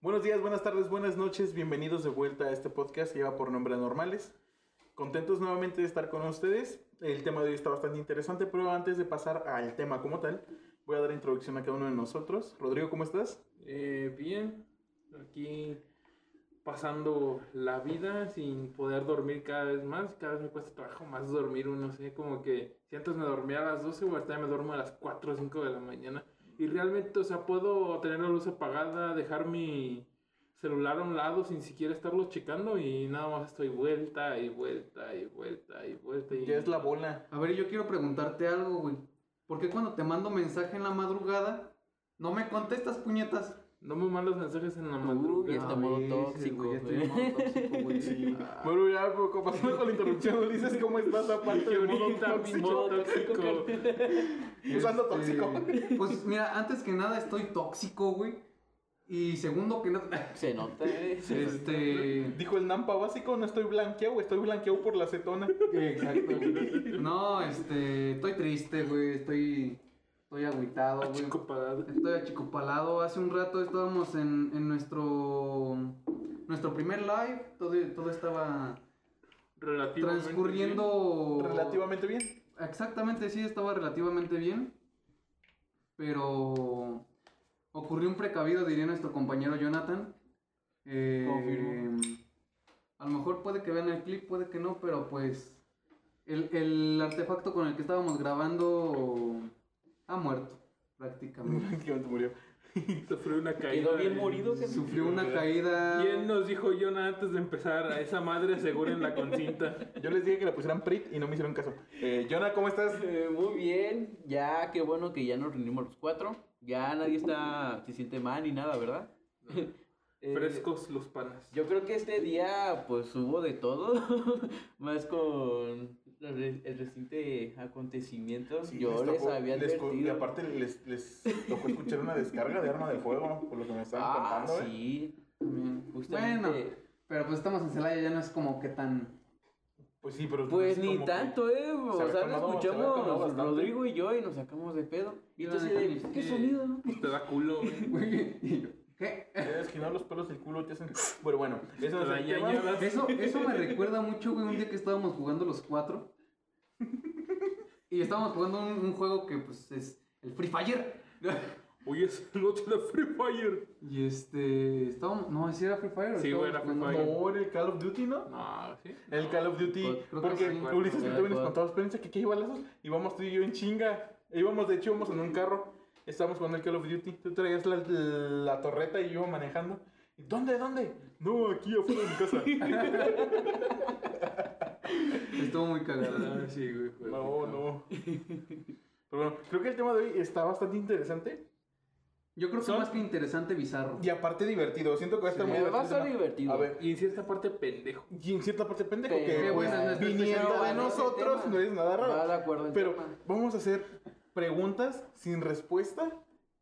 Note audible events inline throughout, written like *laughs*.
buenos días, buenas tardes, buenas noches. Bienvenidos de vuelta a este podcast que lleva por nombre Anormales. Contentos nuevamente de estar con ustedes. El tema de hoy está bastante interesante, pero antes de pasar al tema como tal, voy a dar introducción a cada uno de nosotros. Rodrigo, ¿cómo estás? Eh, bien, aquí pasando la vida sin poder dormir cada vez más. Cada vez me cuesta trabajo más dormir, no sé, como que si antes me dormía a las 12, o ahorita me duermo a las 4 o 5 de la mañana. Y realmente, o sea, puedo tener la luz apagada, dejar mi celular a un lado sin siquiera estarlo checando y nada más estoy vuelta y vuelta y vuelta y vuelta. Y... Ya es la bola. A ver, yo quiero preguntarte algo, güey. ¿Por qué cuando te mando mensaje en la madrugada no me contestas, puñetas? No me mandas mensajes en la Uy, madrugada. está No, este modo güey, sí, tóxico. güey, ya estoy güey. en modo tóxico, güey. Sí. *laughs* Bueno, ya poco, pasando con la introducción, *laughs* Ulises, ¿cómo estás aparte Y de modo ahorita tóxico? modo *laughs* tóxico. tóxico. *laughs* Usando Este, tóxico. *laughs* Pues mira, antes que nada estoy tóxico, güey. Y segundo que nada. *laughs* Se nota, eh. Se nota. Este. Dijo el Nampa básico, no estoy blanqueado, estoy blanqueado por la acetona. Exacto. güey. No, este. Estoy triste, güey. Estoy. Estoy agüitado, güey. Chico parado. Estoy achicopalado. Hace un rato estábamos en, en nuestro. Nuestro primer live. Todo, todo estaba Relativamente Oh. transcurriendo. Relativamente bien. *laughs* Exactamente, sí, estaba relativamente bien. Pero ocurrió un precavido, diría nuestro compañero Jonathan. Eh, Confirmo. A lo mejor puede que vean el clip, puede que no, pero pues el, el artefacto con el que estábamos grabando ha muerto, *laughs* prácticamente. Prácticamente murió. bien. Sufrió una caída. Quedó bien en- morido. que- Sufrió una caída. ¿Quién nos dijo Jonah antes de empezar? A esa madre asegúrenla con cinta. Yo les dije que le pusieran Prit y no me hicieron caso. Eh, Jonah, ¿cómo estás? Eh, Muy bien. Ya, qué bueno que ya nos reunimos los cuatro. Ya nadie está. Se siente mal ni *laughs* nada, ¿verdad? *laughs* Eh, Frescos los panas. Yo creo que este día, pues hubo de todo. *laughs* Más con el el reciente acontecimiento. Yo les, tocó- había les co- advertido. Y aparte les, les tocó escuchar una descarga de arma de fuego, por lo que me estaban ah, contando. ¿eh? sí. También. Justamente. Bueno, pero pues estamos en Celaya, ya no es como que tan. *laughs* Pues sí, pero. es Pues ni como que- tanto, ¿eh? se O había sea, lo calmado, se había calmado escuchamos bastante. Rodrigo y yo y nos sacamos de pedo. Y Yo, tú la así neta, de, ni ¿qué sé. sonido? no?" *laughs* Te da culo, *laughs* güey. Y yo, ¿Qué? Es que no los pelos del culo te hacen. Pero bueno, eso no es el Te tema. dañadas. Eso, eso me recuerda mucho, güey, un día que estábamos jugando los cuatro. Y estábamos jugando un, un juego que, pues, es el Free Fire. Oye, es noche de Free Fire. Y este. Estábamos. No, si era Free Fire. o Sí, güey, era estábamos Free jugando- Fire. Por el Call of Duty, ¿no? No, sí. El Call of Duty, Pues, Creo que porque sí. Ulises Me también nos acuerdo. contaba, espérense que aquí hay balazos, íbamos tú y yo en chinga, E íbamos, de hecho íbamos en un carro, estábamos jugando el Call of Duty, tú traías la, la torreta y yo iba manejando, ¿Y ¿dónde, dónde? No, aquí afuera de mi *laughs* casa, Estuvo muy cagada. Ah, sí, güey. güey. no, no, pero bueno, creo que el tema de hoy está bastante interesante Yo creo que Son- más que interesante, bizarro. y aparte divertido, siento que va a estar Sí, muy va a estar ¿no? divertido. A ver, Y en cierta parte, pendejo. y en cierta parte pendejo Pero que bueno, pues, no es este nuestro viniendo especial, de no es el nosotros tema. no es nada raro. Va de acuerdo el pero tema. vamos a hacer preguntas sin respuesta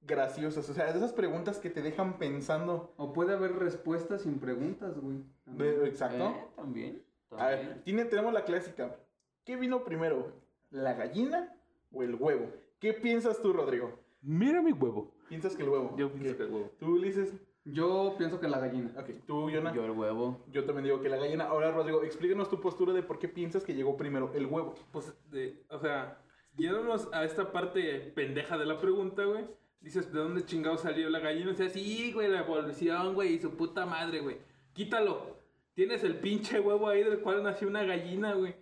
graciosas, o sea, esas preguntas que te dejan pensando. O puede haber respuestas sin preguntas, güey. De- exacto. Eh, también. a ver, tiene, tenemos la clásica. ¿Qué vino primero? ¿La gallina o el huevo? ¿Qué piensas tú, Rodrigo? Mira mi huevo. ¿Piensas que el huevo? Yo pienso Ok. que el huevo. ¿Tú, Ulises? Yo pienso que la gallina. Ok, tú, Jonah. Yo Yo. el huevo. también digo que la gallina. Ahora, Rodrigo, explícanos tu postura de por qué piensas que llegó primero el huevo. Pues, de, o sea, yéndonos a esta parte pendeja de la pregunta, güey. Dices, ¿de dónde chingado salió la gallina? O sea, sí, güey, la evolución, güey, y su puta madre, güey. Quítalo. Tienes el pinche huevo ahí del cual nació una gallina, güey.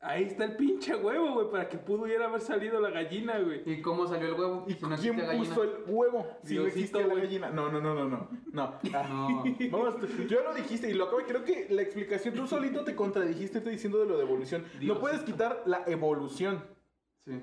Ahí está el pinche huevo, güey, para que pudiera haber salido la gallina, güey. ¿Y cómo salió el huevo? ¿Y Si no quién existe gallina. puso el huevo? Si no Diosito, existe la güey. gallina. No, no, no, no, no. No. Ah. No. *laughs* Vamos, tú- yo lo dijiste y lo acabo. Creo que la explicación, tú solito te contradijiste te diciendo de lo de evolución. No Diosito. puedes quitar la evolución. Sí.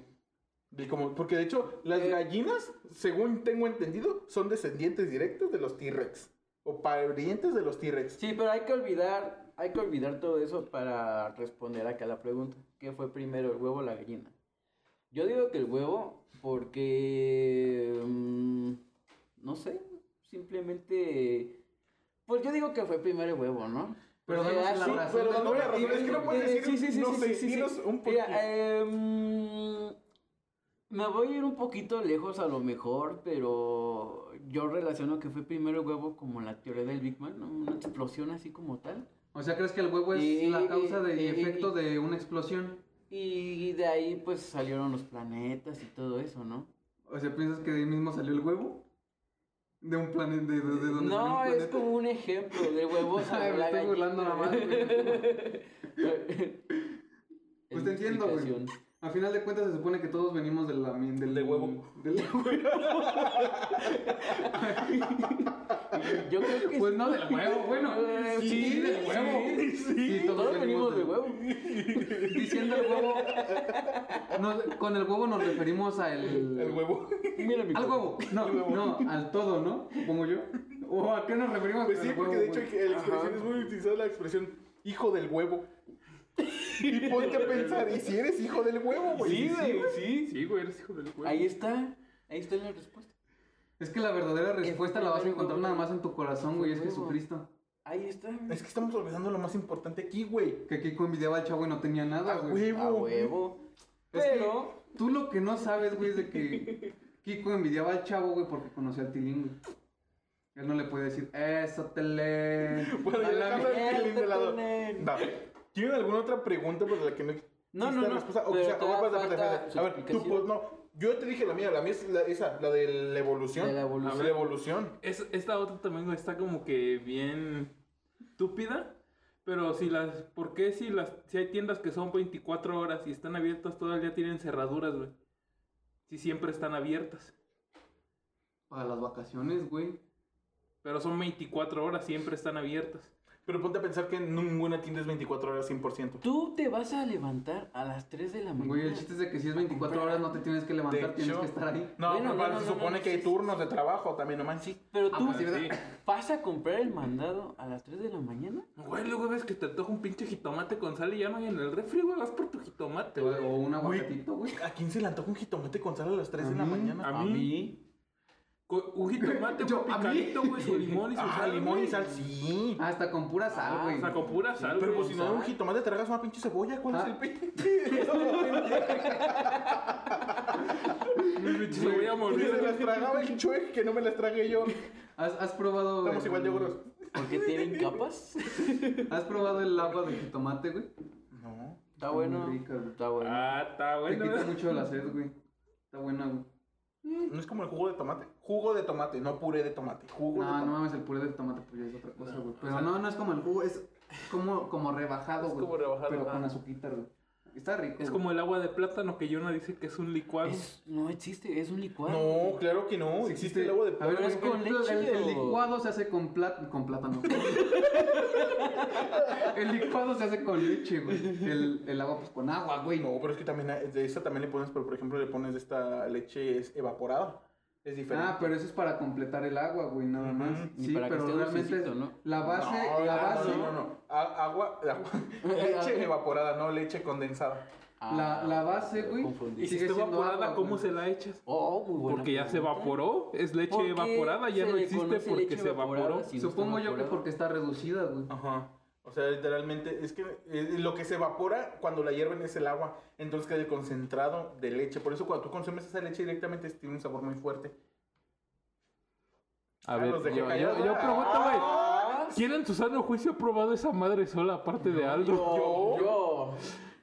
de como, porque de hecho, las gallinas, según tengo entendido, son descendientes directos de los T-Rex. O parientes de los T-Rex. Sí, pero hay que olvidar, hay que olvidar todo eso para responder acá la pregunta. ¿Qué fue primero, el huevo o la gallina? Yo digo que el huevo porque mm, no sé, simplemente pues yo digo que fue primero el huevo, ¿no? Pero O sea, danos sí, la razón pero del no la por qué. razón, es que no puedes eh, decir, sí, sí, sí, no sí, sé, sí, sí, dinos sí. un por Mira, qué. em, Me voy a ir un poquito lejos a lo mejor, pero yo relaciono que fue primero el huevo como la teoría del Big Man, ¿no? una explosión así como tal. O sea, ¿crees que el huevo es Y- la causa de y y- efecto de una explosión? Y de ahí pues salieron los planetas y todo eso, ¿no? O sea, ¿piensas que de ahí mismo salió el huevo? De un planeta, de, de, de donde salió No, un es planeta. como un ejemplo del *laughs* huevo Ay, salió me la estoy burlando gallina. nomás, *laughs* güey, me estoy Es Pues mi te entiendo, güey. explicación. A final de cuentas se supone que todos venimos de la, mi- del De huevo. *laughs* Del huevo. Yo creo que Pues sí. no del huevo, bueno. Eh, Sí, sí, del huevo. Sí, sí. Sí, Todos venimos de del- huevo. Diciendo el huevo. *laughs* nos- con el huevo nos referimos al. El *laughs* huevo. Mira mi Al cuerpo. huevo. No, no, al todo, ¿no? Supongo yo. ¿O a qué nos referimos Pues con sí, el porque huevo, de hecho güey? que la expresión Ajá. es muy utilizada la expresión hijo del huevo. Y ponte a pensar, ¿y si eres hijo del huevo, güey? Sí, güey, sí. Sí, güey, eres hijo del huevo. Ahí está. Ahí está la respuesta. Es que la verdadera respuesta la vas a encontrar nada más en tu corazón, güey. Es Huevo. Jesucristo. Ahí está. Es que estamos olvidando lo más importante aquí, güey. Que aquí convidaba al chavo y no tenía nada, A Ah, güey. huevo. A huevo. Es que Pero *laughs* tú lo que no sabes, güey, es de que Kiko envidiaba al chavo, güey, porque conocía al Tilín, güey. Él no le puede decir, eso, tele. Bueno, ya A la dejando mierda. el tilín de lado. Nen. Va. ¿Tienen alguna otra pregunta por la que no No, existe no, no, respuesta? O pero sea, todavía vuelvas a falta pensar. su A ver, tú, pues explicación. no. Yo te dije la mía, la mía es la, esa, la de la evolución. De la evolución. La evolución. Es- esta otra también está como que bien túpida. Pero si las. ¿Por qué si las si hay tiendas que son 24 horas y están abiertas todo el día tienen cerraduras, güey? Si siempre están abiertas. Para las vacaciones, güey. Pero son 24 horas, siempre están abiertas. Pero ponte a pensar que ninguna tienda es 24 horas 100%. Tú te vas a levantar a las 3 de la mañana. Güey, el chiste es de que si es 24 horas no te tienes que levantar, De tienes hecho- que estar ahí. No, Bueno, pero no, para- no, se no, supone no, que hay sí, sí, turnos de trabajo también, no manches. Sí, pero tú pues sí, ¿verdad? vas a comprar el mandado a las 3 de la mañana. Güey, luego ves que te antoja un pinche jitomate con sal y ya no hay en el refri, güey. Vas por tu jitomate, Te va- güey. O un Güey. aguacatito, güey. ¿A quién se le antoja un jitomate con sal a las 3 A de la mí. mañana? A mí. Con Un *laughs* jitomate Yo, güey, ¿a mí? picadito, güey, su limón y *laughs* su Ah, sal. limón y güey. sal, sí. Hasta con pura Ah, sal, güey. O sea, con pura sal. Pero güey. pues si no, un sal. jitomate te tragas una pinche cebolla. ¿Cuál Ah. es el *laughs* pinche? *laughs* Se voy a Que morir. se las tragaba el chuec, que no me las tragué yo. ¿Has, has probado. Estamos el- igual de ogros. Porque tienen capas. ¿Has probado el agua de jitomate, güey? No. Está muy bueno. rica, güey. Está bueno. Ah, está Te bueno. quita mucho la sed, güey. Está buena, güey. ¿No es como el jugo de tomate? Jugo de tomate, no puré de tomate. Jugo de No, no tomate. mames, el puré de tomate pues ya es otra cosa, No, güey. o Pero sea- no, no es como el jugo, es como, como rebajado, Es güey. como rebajado, Pero con ah. azuquita, güey. Está rico. Es güey. como el agua de plátano que Yona dice que es un licuado. Es- no existe, es un licuado. No, claro que no. Sí, Existe el agua de A pollo. ver, Pero güey, es con el- el- leche, El, o- licuado se hace con, plat con plátano. *laughs* el licuado se hace con leche, güey. El, el agua, pues con agua, güey. No, pero es que también a- de esta también le pones, pero por ejemplo le pones esta leche es evaporada. Es diferente. Ah, pero eso es para completar el agua, güey, nada más. Ujú. Y Sí, para que pero esté realmente dulcecito, ¿no? la base, no, Ah, pues, la no, base, no, no, no. A- agua, *laughs* agua- *laughs* leche evaporada, no leche condensada. Ah, La, la base, me güey. confundí. Y si sigue está siendo evaporada, agua, ¿cómo güey. pues, se la echas? Oh, muy buena Porque ya se pregunta. evaporó. Es leche ¿Por qué evaporada, ya se no le existe conoce porque leche se evaporada evaporó. si no está Supongo yo que evaporada? porque está reducida, güey. Ajá. O sea, literalmente, es que eh, lo que se evapora cuando la hierven es el agua. Entonces queda el concentrado de leche. Por eso cuando tú consumes esa leche directamente tiene un sabor muy fuerte. A Ya ver, los dejé yo, yo, callados. yo pregunto, güey. Ah, ¿Quién en su sano juicio ha probado esa madre sola aparte de Aldo? Yo, yo.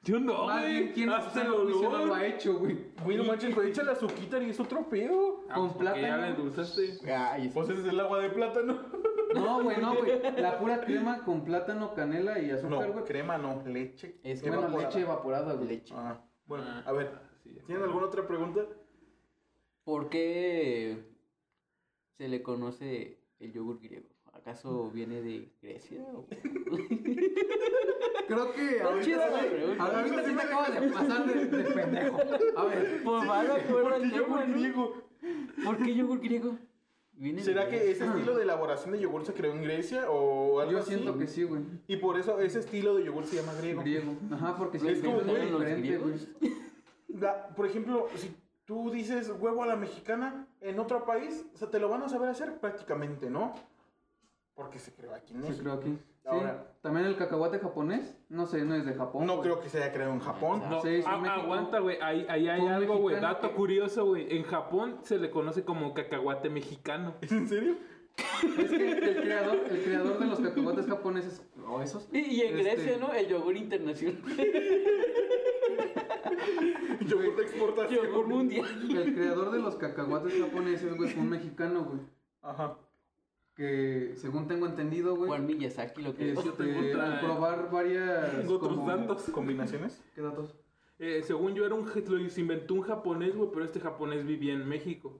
Yo no, Más bien, güey. ¿quién Hasta el no juicio no lo olor. ha hecho, güey? Güey, no manches, pero echa la azuquita y es otro pedo. Ah, Con porque Ya plátano. la endulzaste. Ay, Pues ese es el agua de plátano. No, güey, no, güey. La pura crema con plátano, canela y azúcar, No, güey. crema no, leche. Es bueno, evaporada. leche evaporada, güey. leche. Ah, bueno, Ah, a ver. sí, ya. ¿Tienen alguna otra pregunta? ¿Por qué se le conoce el yogur griego? ¿Acaso viene de Grecia? Pues, o- Creo que Está chida ahorita, la pregunta. ahorita Ahorita sí sí te me acabas de pasar de, *laughs* de pendejo. A ver, Por mal acuerdo pues, el Porque yo tema, me ¿no? griego. ¿Por qué yogur griego? Viene ¿Será de que ese Grecia. estilo de elaboración de yogur se creó en Grecia o algo yo así? siento que sí, güey. Y por eso ese estilo de yogur se llama griego. Griego. Ajá, porque sí Es es como, como güey, los diferente, güey. griegos. La- por ejemplo, si tú dices huevo a la mexicana en otro país, o sea, te lo van a saber hacer prácticamente, ¿no? Porque se creó aquí en Sí, México. creo que. Ahora, También el cacahuate japonés, no sé, no es de Japón. no güey. creo que se haya creado en Japón. No, Sí, sí, a- México. aguanta, güey. Ahí, ahí hay Fue un algo, güey. mexicano eh. Dato que- curioso, güey. En Japón se le conoce como cacahuate mexicano. ¿Es en serio? *laughs* Es que el creador, el creador de los cacahuates japoneses, o esos. Y, y en este, Grecia, ¿no? El yogur internacional. *laughs* Yogur de exportación. yogur mundial. El creador de los cacahuates japoneses, güey, fue un mexicano, güey. Ajá. Que según tengo entendido, güey. Juan Miyazaki lo que Yo tengo Este, otra- al probar varias. Tengo otros como- datos. ¿Combinaciones? ¿Qué datos? Eh, según yo, era un, ja- lo inventó un japonés, güey, pero este japonés vivía en México.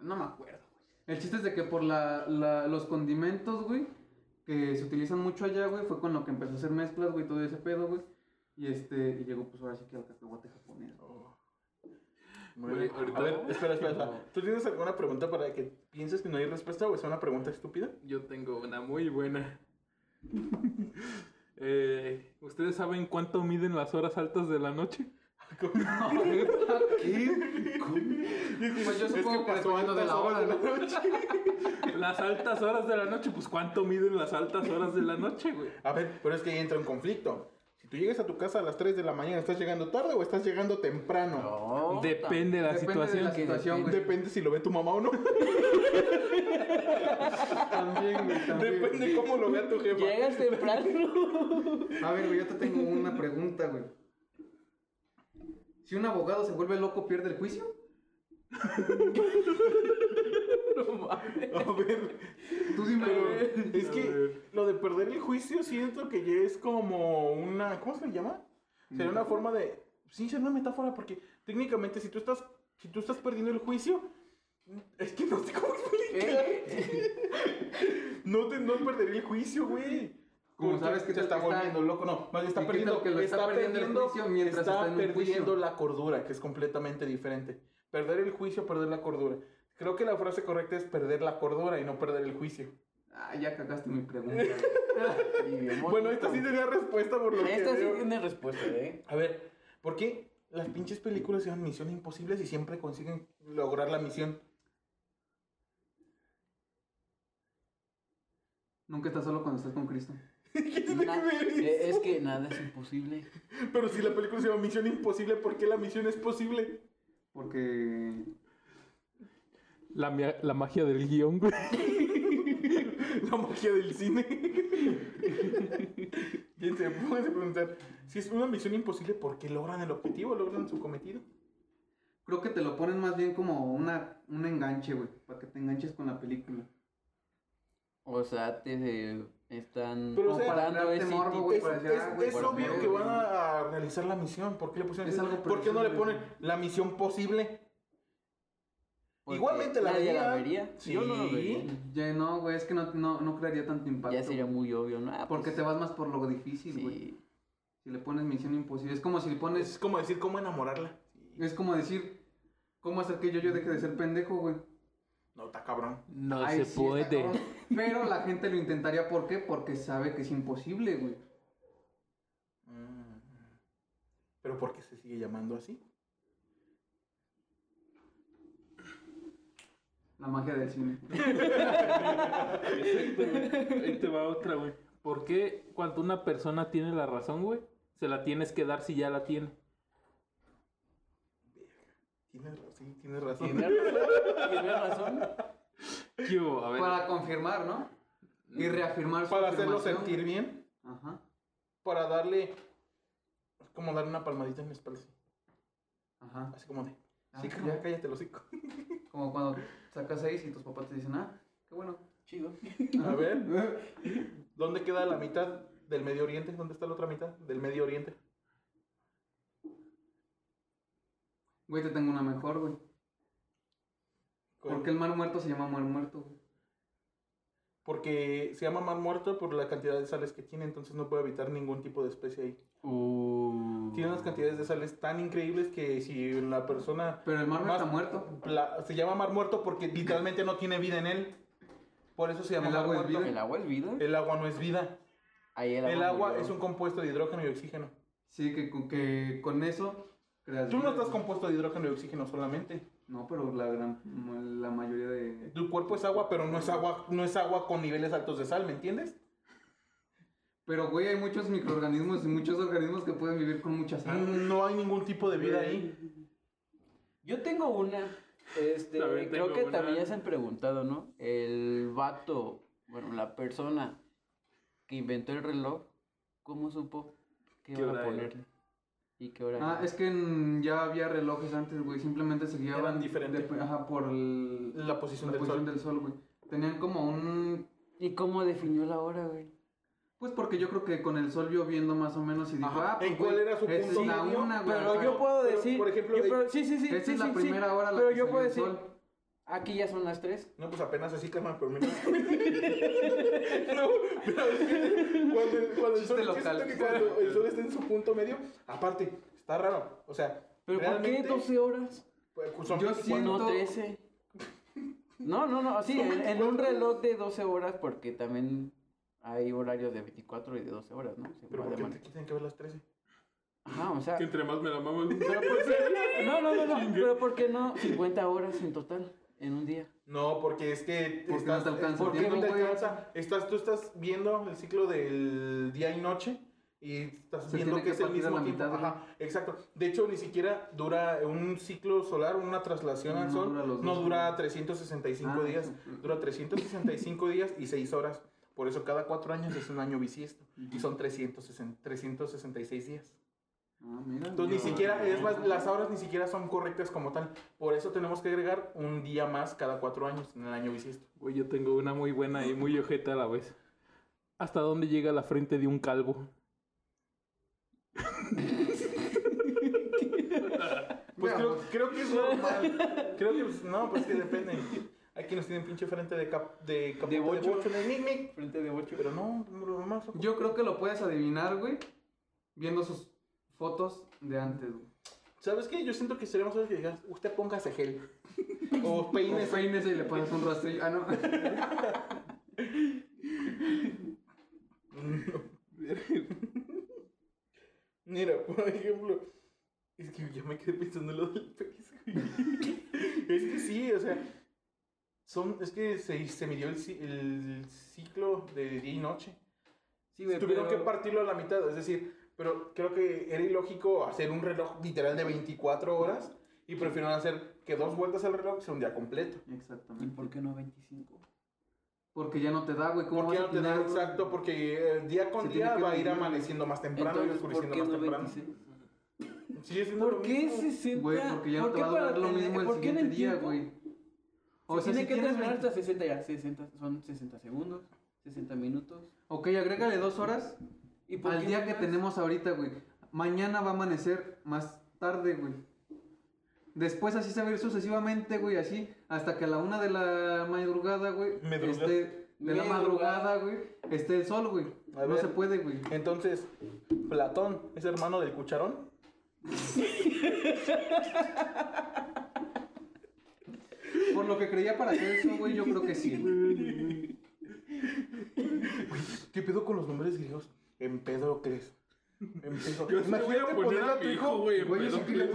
No me acuerdo, güey. El chiste es de que por la, la- los condimentos, güey, que se utilizan mucho allá, güey, fue con lo que empezó a hacer mezclas, güey, todo ese pedo, güey. Y este, y llegó pues ahora sí que al cacahuate japonés. güey. Muy Güey, bien. ahorita- A ver, espera, espera, espera. ¿Tú tienes alguna pregunta para que pienses que no hay respuesta o es una pregunta *laughs* estúpida? Yo tengo una muy buena. *laughs* Eh, ¿Ustedes saben cuánto miden las horas altas de la noche? ¿Qué? Pues yo supongo que dependiendo de la hora, ¿no? noche. Las altas horas de la noche, pues ¿cuánto miden las altas horas de la noche, güey? A ver, pero es que ahí entra un conflicto. Si tú llegas a tu casa a las 3 de la mañana, ¿estás llegando tarde o estás llegando temprano? No. Depende de la Depende situación. de la situación, güey. Depende si lo ve tu mamá *laughs* o no. También, güey, también. Depende cómo lo vea tu jefa. Llegas temprano. A ver, güey, yo te tengo una pregunta, güey. Si un abogado se vuelve loco, pierde el juicio. A ver, Tú dime, pero güey. es A que ver. lo de perder el juicio siento que ya es como una. ¿Cómo se le llama? Sería Mm. una forma de. Sin ser una metáfora, porque técnicamente si tú estás. Si tú estás perdiendo el juicio. Es que no sé cómo explicar. *laughs* No, te, no perdería el juicio, güey. ¿Eh? Como Porque sabes que se te- está está- volviendo loco, no. Más bien ¿Y está qué perdiendo, tal que lo está perdiendo el juicio mientras está está en un perdiendo juicio? la cordura, que es completamente diferente. Perder el juicio, perder la cordura. Creo que la frase correcta es perder la cordura y no perder el juicio. Ah, ya cagaste mi *laughs* pregunta. *laughs* Bueno, esta sí tenía respuesta por lo Esta que sí veo. tiene respuesta, ¿eh? A ver, ¿por qué las pinches películas se llaman Misión Imposible si siempre consiguen lograr la misión? Nunca estás solo cuando estás con Cristo. Na- eh, es que nada es imposible. Pero si la película se llama Misión Imposible, ¿por qué la misión es posible? *laughs* Porque La, mia- la magia del guión, güey. La magia del *laughs* cine. Fíjense, pónganse a preguntar, si es una misión imposible, ¿por qué logran el objetivo? ¿Logran su cometido? creo que te lo ponen más bien como una, un enganche, güey. Para que te enganches con la película. O sea, te eh, están Pero, o sea, comparando darte ese morbo, tipo- güey, es pues ya, es- güey, es pues obvio ya, que güey. van a, a realizar la misión. ¿Por qué le pusieron Es eso? algo ¿Por qué no le predecible. ponen la misión posible? porque Igualmente la nadie vería. la vería. Sí. Yo no la vería. Ya no, güey, es que no, no, no crearía tanto impacto. Ya sería muy obvio, ¿no? Ah, Porque pues, te vas más por lo difícil, güey. sí. Si le pones misión imposible. Es como si le pones. Es como decir cómo enamorarla. Es como decir, ¿cómo hacer que yo, yo deje de ser pendejo, güey? No, está cabrón. No Ay, sí, está cabrón. Pero la gente lo intentaría, ¿por qué? Porque sabe que es imposible, güey. Mm. Pero ¿por qué se sigue llamando así? La magia del cine. Ahí te va otra, güey. ¿Por qué cuando una persona tiene la razón, güey, se la tienes que dar si ya la tiene? Tienes razón, sí, tienes razón. Tiene razón. Tiene razón. ¿Qué hubo? A ver. Para confirmar, ¿no? Y reafirmar su Mm, Para hacerlo afirmación. sentir bien, Ajá, para darle... Es como darle una palmadita en la espalda. así. ajá. Así como de. Ah, Sí, ¿cómo? ya cállate el hocico. Como cuando sacas seis y tus papás te dicen, ah, qué bueno. Chido. A ver. ¿Dónde queda la mitad del Medio Oriente? ¿Dónde está la otra mitad del Medio Oriente? Güey, te tengo una mejor, güey. ¿Por qué el mar muerto se llama mar muerto, güey? Porque se llama mar muerto por la cantidad de sales que tiene, entonces no puede habitar ningún tipo de especie ahí. Tiene unas cantidades de sales tan increíbles que si la persona Pero el mar no Más- está muerto. la- se llama mar muerto porque literalmente no tiene vida en él. Por eso se llama El mar agua es muerto. vida. ¿El agua es vida? El agua no es vida. Ahí el agua, El agua murió. es un compuesto de hidrógeno y oxígeno. Sí, que, con- que con eso creas. Tú vida, no estás güey. compuesto de hidrógeno y oxígeno solamente. No, pero la gran. La mayoría de. Tu cuerpo es agua, pero no es agua, no es agua con niveles altos de sal, ¿me entiendes? Pero, güey, hay muchos microorganismos y muchos organismos que pueden vivir con mucha sal. No hay ningún tipo de vida ahí. Yo tengo una. Este, También creo tengo que una. también ya se han preguntado, ¿no? El vato, bueno, la persona que inventó el reloj, ¿cómo supo qué, ¿Qué iban a hora era? ponerle? ¿Y qué hora Ah, era? es que en- ya había relojes antes, güey. Simplemente se guiaban. Eran diferentes. de- ajá, por el- La posición la del posición sol. del sol, güey. Tenían como un ¿Y cómo definió la hora, güey? Pues porque yo creo que con el sol lloviendo más o menos y dijo, Ajá. ah, pues, ¿En cuál güey, era su es punto la medio? una, güey. Pero ajá. yo puedo pero, decir. por ejemplo, yo de- puedo- sí, sí, sí. Esa sí, es la sí, sí, primera hora a la Pero que yo salió puedo el decir. sol. Aquí ya son las 3. No, pues apenas así, calma, *laughs* pero menos. no, pero es que cuando, el- cuando el sol, Chiste yo siento local. que cuando el sol está en su punto medio, aparte, está raro. O sea, ¿Pero por qué 12 horas? pues, son Yo 24. siento- No, 13. No, no, no, así, en, en un reloj de 12 horas, porque también hay horarios de 24 y de 12 horas, ¿no? Según Pero ¿por qué Alemania. te tienen que ver las 13? Ajá, o sea. Que entre más me la mamo. Pero ¿por qué? No, no, no, no, pero ¿por qué no 50 horas en total en un día? No, porque es que Porque no te alcanza el porque no tiempo, te güey. alcanza. Estás, tú estás viendo el ciclo del día y noche y estás Se viendo tiene que, que es el partir a mismo la tiempo. mitad, Ajá, exacto. De hecho, ni siquiera dura un ciclo solar, una traslación al No sol, dura los no dos, dura ¿no? 365 Ah, días, eso. dura 365 *laughs* días y 6 horas. Por eso cada 4 años es un año bisiesto y son 360, 366 días. Ah, mira. Entonces ni No, siquiera, no, es más, no. las horas ni siquiera son correctas como tal. Por eso tenemos que agregar un día más cada 4 años en el año bisiesto. Güey, yo tengo una muy buena y muy ojeta a la vez. ¿Hasta dónde llega la frente de un calvo? Pues Vea, creo, pues. creo que es normal. Creo que pues, no, pues que depende. Aquí nos tienen pinche frente de cap, de capota de bocho. bocho, de mic, mic. Frente de 8. Pero no, no lo más. ojo. Yo creo que lo puedes adivinar, güey, viendo sus fotos de antes, güey. ¿Sabes qué? Yo siento que sería más fácil que digas, usted póngase gel. O peines. O peines y le pones un rastrillo. Ah, no. *laughs* Mira, por ejemplo, es que yo me quedé pensando en lo del pez, güey. *laughs* Es que sí, o sea, son, es que se, se midió el, ci- el ciclo de día y noche. Sí, güey, Tuvieron pero- que partirlo a la mitad, es decir, pero creo que era ilógico hacer un reloj literal de 24 horas y prefirieron hacer que dos vueltas al reloj sea un día completo. ¿Y Exactamente. por qué no 25? Porque ya no te da, güey. ¿Cómo Porque vas no a te da tener- exacto, porque eh, día con Se tiene día que va a ir medir, güey. amaneciendo más temprano y Entonces, ¿por oscureciendo qué más no temprano. 26? Sigue siendo lo ¿Por qué mismo. 60? Güey, porque ya no ¿Por te qué va a para durar lo tener- mismo el ¿por qué en siguiente día, tiempo? güey. O sea, tiene si que tienes terminar 20 hasta 60 ya, 60, son 60 segundos, 60 minutos. Ok, agrégale dos horas ¿Y por al qué día no que más? tenemos ahorita, güey. Mañana va a amanecer más tarde, güey. Después así se va a ir sucesivamente, güey, así, hasta que a la una de la madrugada, güey, Medruga. esté de la Medrugada. madrugada, güey, esté el sol, güey. A No ver. se puede, güey. Entonces, Platón es hermano del cucharón. Por lo que creía para hacer eso, güey, yo creo que sí. güey. ¿Qué pedo con los nombres griegos? Empedocles. Yo Empedocles. *laughs* sí le voy a poner a mi hijo, güey, Güey, yo sí quería Empédocles.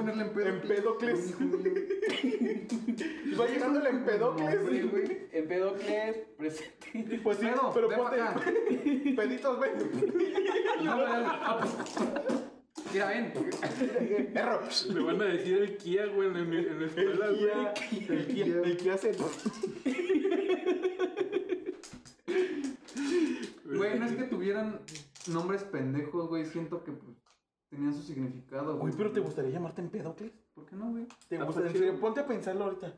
ponerle en Empédocles. Va llegándole Hombre, Empedocles. güey. Empedocles presente. *laughs* Pues sí, Pedo, pero ven pa' *laughs* acá. ah. ponte. Peditos, *laughs* ven. No, güey, ah, pues. Mira, ven. Perro. Le van a decir el Kia, güey, en, en- en la El escuela, güey. Kia, el Kia, el Kia hace. Güey, no es que tuvieran nombres pendejos, güey. Siento que pues, tenían su significado, Güey, pero ¿te gustaría llamarte Empedocles? ¿Por qué no, güey? ¿Te Ah, gusta? pues, En sí. serio, ponte a pensarlo ahorita.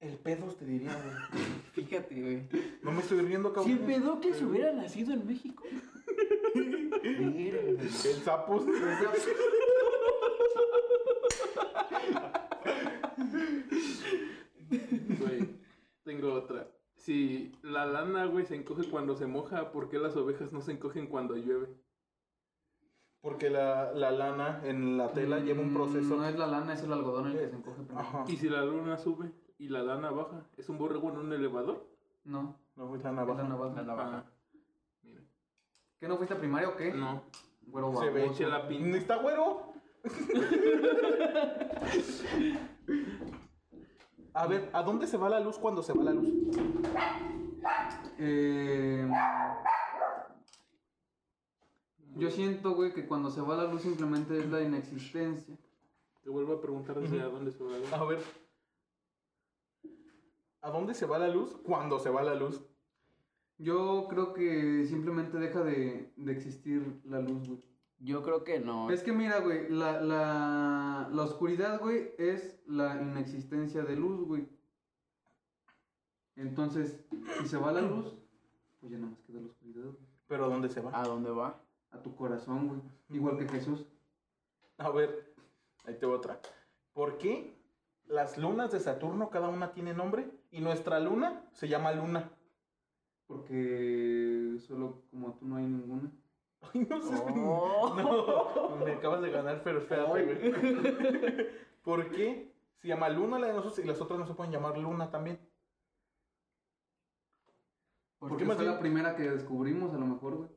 El pedos te diría, güey. Fíjate, güey. No me estoy riendo, Si cabrón. Empedocles hubiera nacido en México. Verga. *laughs* El sapos. Güey, tengo otra. Si la lana, güey, se encoge cuando se moja, ¿por qué las ovejas no se encogen cuando llueve? Porque la, la lana en la tela lleva un proceso. Mm, Ah. No es la lana, es el algodón el que se encoge primero. Ajá. Y si la luna sube y la lana baja, ¿es un borrego en un elevador? No, No, es la es la navaja. navaja. La navaja. Ah, mira. ¿Qué no fuiste a primaria o qué? No. Güero Se ve. baboso. Se la pinta. ¿Está güero? A ver, ¿a dónde se va la luz cuando se va la luz? Eh, Yo siento, güey, que cuando se va la luz simplemente es la inexistencia. Te vuelvo a preguntar desde a dónde se va la luz. A ver. ¿A dónde se va la luz? Cuando se va la luz. Yo creo que simplemente deja de, de existir la luz, güey. Yo creo que no. Es que mira, güey, la, la, la oscuridad, güey, es la inexistencia de luz, güey. Entonces, si se va la luz, pues ya nada más queda la oscuridad, güey. ¿Pero a dónde se va? ¿A dónde va? *laughs* A tu corazón, güey. Igual que Jesús. A ver. Ahí te va otra. ¿Por qué las lunas de Saturno cada una tiene nombre? Y nuestra luna se llama Luna. *laughs* Porque solo como tú no hay ninguna. Ay, no sé. Oh. *laughs* No, me acabas de ganar, pero espérate, Pues güey. ¿Por qué se llama Luna la de nosotros y las otras no se pueden llamar Luna también? Porque ¿Por qué más fue bien? la primera que descubrimos, a lo mejor, güey.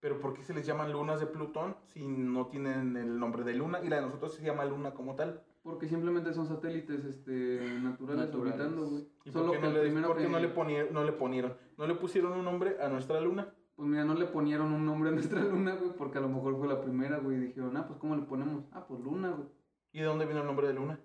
¿Pero por qué se les llaman lunas de Plutón si no tienen el nombre de Luna? Y la de nosotros se llama Luna como tal. Porque simplemente son satélites este, naturales, Naturales. orbitando, güey. ¿Y Solo por qué, no que el le, primero por qué que- no, le poni- no le ponieron? ¿No le pusieron un nombre a nuestra Luna? Pues mira, no le ponieron un nombre a *laughs* nuestra luna, güey, porque a lo mejor fue la primera, güey. Y dijeron, ah, pues ¿cómo le ponemos? Ah, pues luna, güey. ¿Y de dónde vino el nombre de Luna?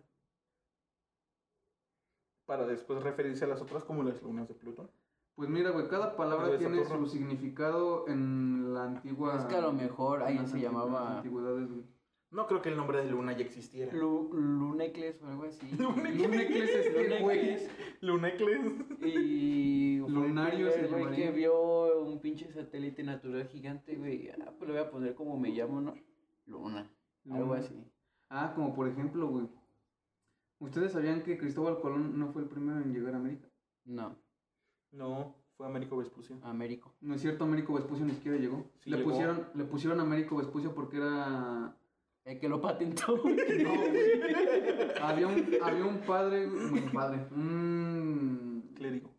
Para después referirse a las otras como las lunas de Plutón. Pues mira, güey, cada palabra Pero de tiene Saturno. su significado en la antigua... Es que a lo mejor ahí en las se antigu- llamaba Antigüedades, güey. No creo que el nombre de Luna ya existiera. Lu- Lunecles o algo así. Lunecles es este, güey. Lunecles. Lunecles. Y fue Lunario el se primer güey que llamaría. vio un pinche satélite natural gigante, güey. Ah, pues le voy a poner como me llamo, ¿no? Luna. Algo Luna. así. Ah, como por ejemplo, güey. ¿Ustedes sabían que Cristóbal Colón no fue el primero en llegar a América? No, No, fue Américo Vespucio. Américo. No es cierto, Américo Vespucio ni siquiera llegó. Sí le, llegó. Pusieron, le pusieron Américo Vespucio porque era... El que lo patentó. No, *laughs* güey. había, un, había un padre, güey, bueno, padre, un... ah, Clérigo.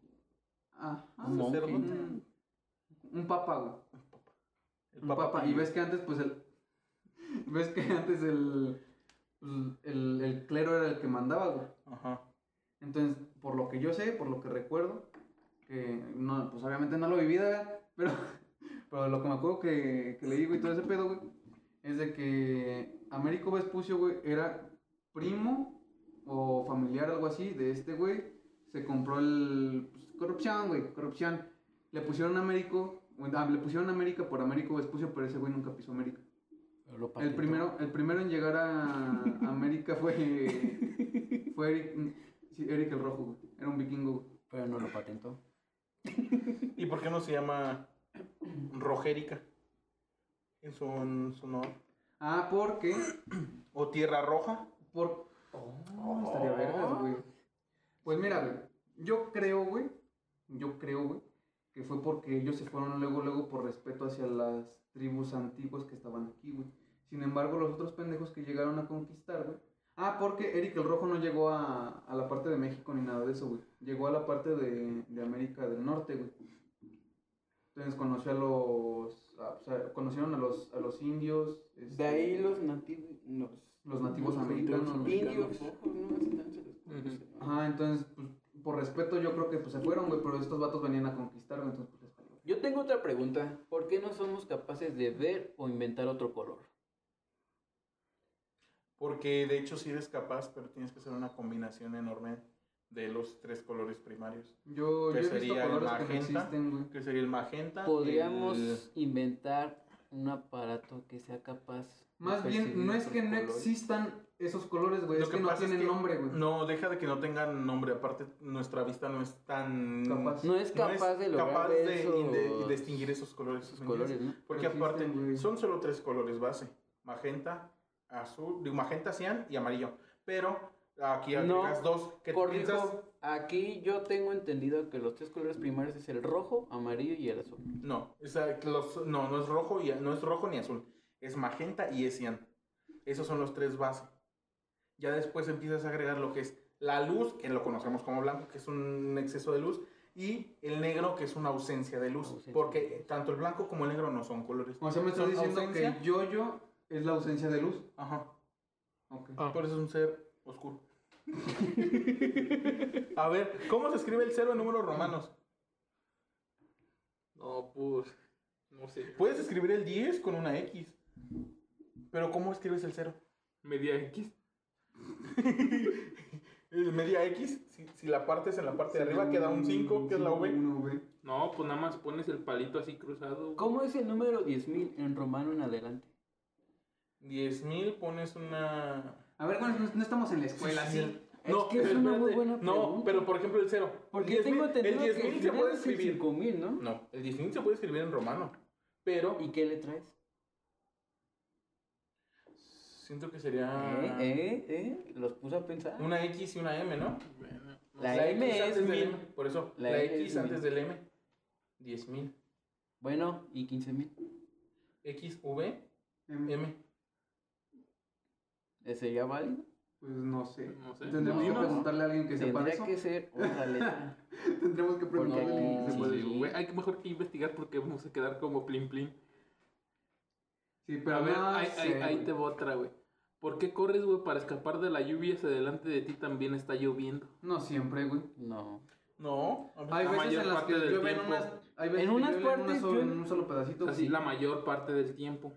Ajá, Un monje. sacerdote. un, un papa, güey. El Un papa. Y ves que antes, pues, el... Ves que antes el... El, el clero era el que mandaba, güey. Ajá. Entonces, por lo que yo sé, por lo que recuerdo, que no, pues obviamente no lo viví, ¿verdad? pero, *laughs* pero lo que me acuerdo que, que le digo y todo ese pedo, güey, es de que Américo Vespucio, güey, era primo o familiar, algo así, de este güey. Se compró el. pues, corrupción, güey, corrupción. Le pusieron Américo, ah, le pusieron América por Américo Vespucio, pero ese güey nunca pisó América. Lo El patentó. primero, el primero en llegar a América fue, fue Eric, sí, Eric el Rojo, güey. Era un vikingo, güey. Pero no lo patentó. ¿Y por qué no se llama Rogérica? En su, en su honor. Ah, porque... ¿O Tierra Roja? Por... Oh, estaría vergas, güey. Pues mira, güey. Yo creo, güey. Yo creo, güey. Que fue porque ellos se fueron luego, luego por respeto hacia las tribus antiguas que estaban aquí, güey. Sin embargo, los otros pendejos que llegaron a conquistar, güey. Ah, porque Eric el Rojo no llegó a, a la parte de México ni nada de eso, güey. Llegó a la parte de, de América del Norte, güey. Entonces conoció a los... a- o sea, conocieron a los, a los indios. este, De ahí los nativos. Los, Los nativos los americanos, Indios, mexicanos. ojos, ¿no? Así tan se los Ujú. puso. Ajá, entonces, pues, por respeto yo creo que pues, se fueron, güey, pero estos vatos venían a conquistar, güey, entonces pues les valió. Yo tengo otra pregunta. ¿Por qué no somos capaces de ver o inventar otro color? Porque de hecho sí eres capaz, pero tienes que hacer una combinación enorme de los tres colores primarios. Yo, yo ¿Qué he visto sería el colores que no magenta? existen, güey. Que sería el magenta. Podríamos Eh. el- inventar un aparato que sea capaz. de Más bien, percibir no es otros que no colores. existan esos colores, güey, Lo Pues es que, no pasa es tienen que- nombre, güey. No, deja de que no tengan nombre. Aparte, nuestra vista no es tan. Capaz. No es no capaz de lograr capaz ver de esos inde- distinguir esos colores. ¿me entiendes? colores, ¿no? Porque Pero aparte, existen, güey. son solo tres colores base. Magenta, azul, digo, magenta, cian y amarillo. Pero aquí No, agregas dos que tú Corrijo, piensas... aquí yo tengo entendido que los tres colores primarios es el rojo, amarillo y el azul. No, o sea, que los- no, no es rojo y no es rojo ni azul. Es magenta y es cian. Esos son los tres base. Ya después empiezas a agregar lo que es la luz, que lo conocemos como blanco, que es un exceso de luz, y el negro, que es una ausencia de luz. Ausencia. Porque tanto el blanco como el negro no son colores. O sea, me estás Son diciendo ausencia. que yo-yo es la ausencia de luz. Ajá. Ok. Ah. Por eso es un ser *laughs* oscuro. A ver, ¿cómo se escribe el cero en números romanos? No, pues. No sé. Puedes escribir el 10 con una X. Pero ¿cómo escribes el *laughs* 0? Media X. Media X, si, si la partes en la parte de arriba, queda un 5, que es la V. Una V. No, pues nada más pones el palito así cruzado. ¿Cómo es el número 10.000 en romano en adelante? 10.000 pones una... A ver, bueno, no, no estamos en la Pues escuela, sí. No, es que es una muy espérate. buena No, pregunta. pero por ejemplo el 0. Porque tengo entendido El 10.000 que se primero puede es el escribir. 5.000, ¿no? No, el 10.000 se puede escribir en romano. Pero ¿Y qué le traes? siento que Ah. sería Eh, eh, eh, los puse a pensar. una X y una M, ¿no? Bueno, no La sé. M X es antes del mil. M, Por eso, La la, M es X antes mil. del M. 10.000. Bueno, y 15.000. X, V, Em, M. ¿Eh, ¿Sería válido? Pues no sé. No sé. Tendremos que No. preguntarle a alguien que sepa Tendría eso. que ser *laughs* otra letra. Tendremos que preguntarle a alguien que aquí- Se sepa puede- eso. Sí. güey, hay que mejor que investigar porque vamos a quedar como plin plin. Sí, pero Pero a ver, no ahí, sé, ahí- ahí güey. te va otra, güey. ¿Por qué corres, güey, para escapar de la lluvia si delante de ti también está lloviendo? No siempre, güey. No. No. a ver, Hay La veces mayor en las parte que del llueve en tiempo. unas... Hay veces En que unas llueve partes solo- lue- en un solo pedacito. Así güey. la mayor parte del tiempo.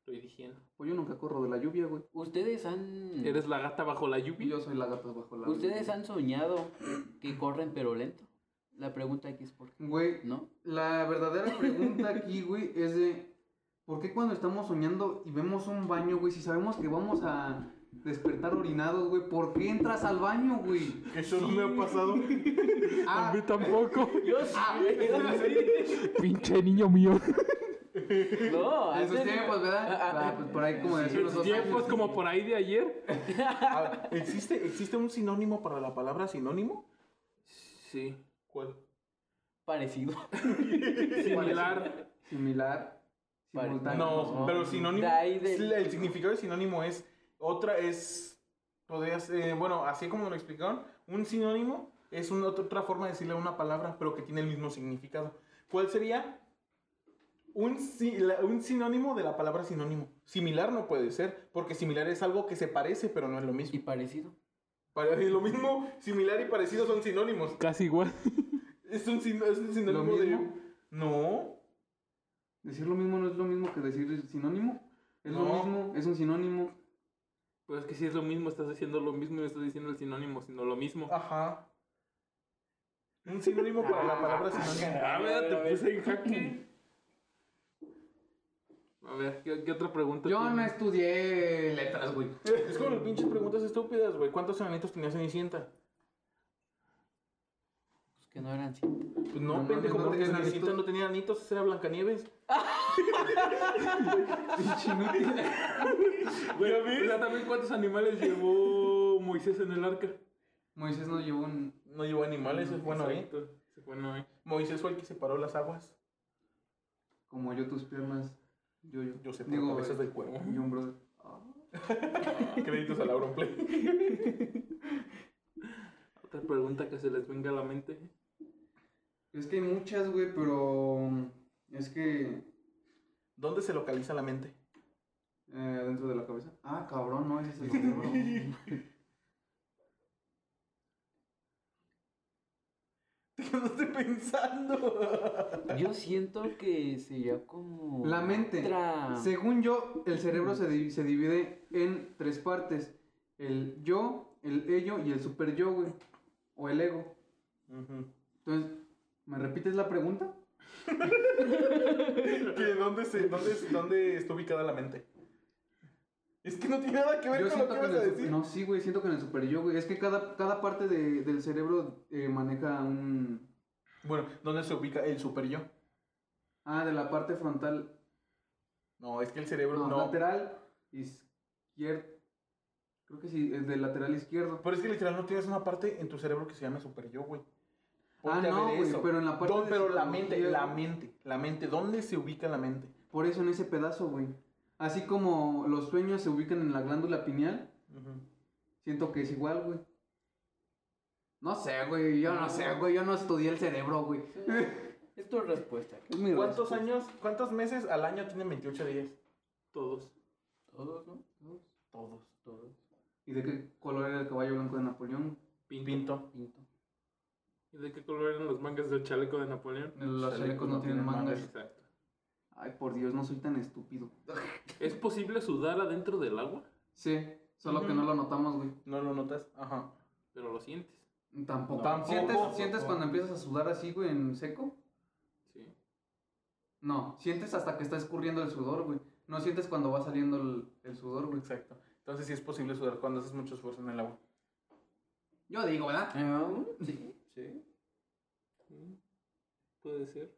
Estoy diciendo. Pues yo nunca corro de la lluvia, güey. Ustedes han. Eres la gata bajo la Y lluvia. yo soy la gata bajo la Ustedes han soñado que corren pero lento. La pregunta aquí es por qué. Güey, ¿No? *laughs* la verdadera *laughs* pregunta aquí, güey, es de... ¿Por qué cuando estamos soñando y vemos un baño, güey, si sabemos que vamos a despertar orinados, güey, ¿por qué entras al baño, güey? Eso no me ha *laughs* pasado. Ah, tampoco. Yo Pinche niño mío. No, en sus antes- tiempos, ¿verdad? Ah, ah, Ah, pues por ahí como de hace unos dos Tiempos años. como por ahí de ayer. A ver, Ah, ¿existe, ¿Existe un sinónimo para la palabra sinónimo? Sí. ¿Cuál? Parecido. Similar. Similar, Pare- simultáneo. No, no. pero sinónimo. De ahí del- El significado de sinónimo es. Otra es. Podrías. eh, bueno, así como lo explicaron, un sinónimo es una, otra otra forma de decirle una palabra, pero que tiene el mismo significado. ¿Cuál sería? Un, si- la- un sinónimo de la palabra sinónimo. Similar no puede ser, porque similar es algo que se parece, pero no es lo Y mismo. parecido. Para, lo mismo, similar y parecido son sinónimos. Casi igual. Es un, sin- es un sinónimo de. mismo? No. Decir lo mismo no es lo mismo que decir sinónimo. Es lo No. mismo, es un sinónimo. Pero Pues es que si es lo mismo, estás diciendo lo mismo y no estás diciendo el sinónimo, sino lo mismo. Ah, Ajá. Un sinónimo Ah, para la palabra sinónimo. Ah, a ver, mira, a te ver. puse en jaque. A ver, ¿qué, qué otra pregunta? Yo no tienes? estudié letras, güey. Es como las pinches preguntas estúpidas, güey. ¿Cuántos enanitos tenía Cenicienta? Pues que no eran cinco. Pues no, No, no, pendejo, no porque tenía Cenicienta enanitos. no tenía enanitos, esa era Blancanieves. Pinche inútil. Güey, o sea, también cuántos animales llevó Moisés en el arca. Moisés no llevó un. No llevó animales, es bueno, ¿eh? Exacto. Es bueno, ¿eh? Moisés fue el que separó las aguas. Como yo tus piernas. Yo, yo. Yo sé, Digo, por cabezas güey. del cuervo. Y un brother. Ah. *laughs* Créditos a Lauron Play. Otra pregunta que se les venga a la mente. Es que hay muchas, güey, pero. mm, Es que. ¿Dónde se localiza la mente? *laughs* eh, dentro de la cabeza. Ah, cabrón, no, *laughs* ese es el cerebro. No estoy pensando. Yo siento que sería como. La mente. Ah. otra- Según yo, el cerebro se, di- se divide en tres partes: el yo, el ello y el super yo, güey. O el ego. *laughs* Ujú. Entonces, ¿me repites la pregunta? ¿Que dónde, se, dónde, ¿Dónde está ubicada la mente? Es que no tiene nada que ver con lo que en ibas a el decir. super- No, sí, güey, siento que en el super yo, güey. Es que cada, cada parte de- del cerebro eh, maneja un. Bueno, ¿dónde se ubica el super yo? Ah, de la parte frontal. No, es que el cerebro No, no. lateral izquierdo. Creo que sí, es del lateral izquierdo. Pero es que literal no tienes una parte en tu cerebro que se llame super yo, güey. Ponte ah, a no, ver güey, eso. pero en la parte. Don- de pero la mente, psicología, la güey, mente, la mente, ¿dónde se ubica la mente? Por eso en ese pedazo, güey. Así como los sueños se ubican en la glándula pineal, siento que es igual, güey. No sé, güey, yo no sé, güey, yo no estudié el cerebro, güey. Es tu respuesta. Es mi ¿Cuántos respuesta. años, cuántos meses al año tienen 28 días? Todos. Todos, ¿no? Todos. Todos. Todos. ¿Y de qué color era el caballo blanco de Napoleón? Pinto. Pinto. Pinto. ¿Y de qué color eran los mangas del chaleco de Napoleón? Los chalecos no tienen mangas. Exacto. Ay, por Dios, no soy tan estúpido. ¿Es posible sudar adentro del agua? Sí, solo que no lo notamos, güey. No lo notas. Ajá. Pero lo sientes. Tampoco. Tampoco. ¿Sientes, Tampoco. sientes cuando empiezas a sudar así, güey, en seco? Sí. No, sientes hasta que está escurriendo el sudor, güey. No sientes cuando va saliendo el, el sudor, güey. Exacto. Entonces sí es posible sudar cuando haces mucho esfuerzo en el agua. Yo digo, ¿verdad? sí, sí. Mm. Puede ser.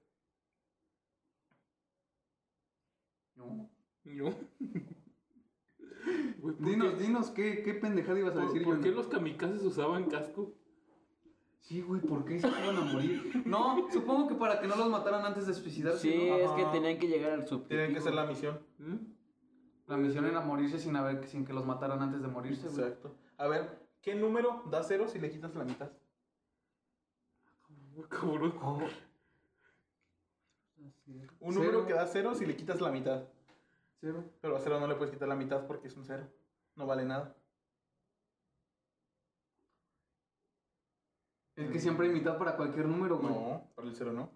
No. No. Güey, ¿por Dinos, qué- dinos, ¿qué, qué pendejada ibas a ¿Por, decir, por qué Johnny? los kamikazes usaban casco? Sí, güey, ¿por qué se iban a morir? No, supongo que para que no los mataran antes de suicidarse. Sí, ¿no? es que Ajá. tenían que llegar al subtítulo. Tienen que ser la misión. ¿Mm? La misión era morirse sin, haber, sin que los mataran antes de morirse, güey. Exacto. A ver, ¿qué número da cero si le quitas la mitad? Muy cabrón. Un Ah, Cero. número que da cero si le quitas la mitad. Cero. Pero a cero no le puedes quitar la mitad porque es un cero. No vale nada. Es que siempre hay mitad para cualquier número, güey. No, para el cero no.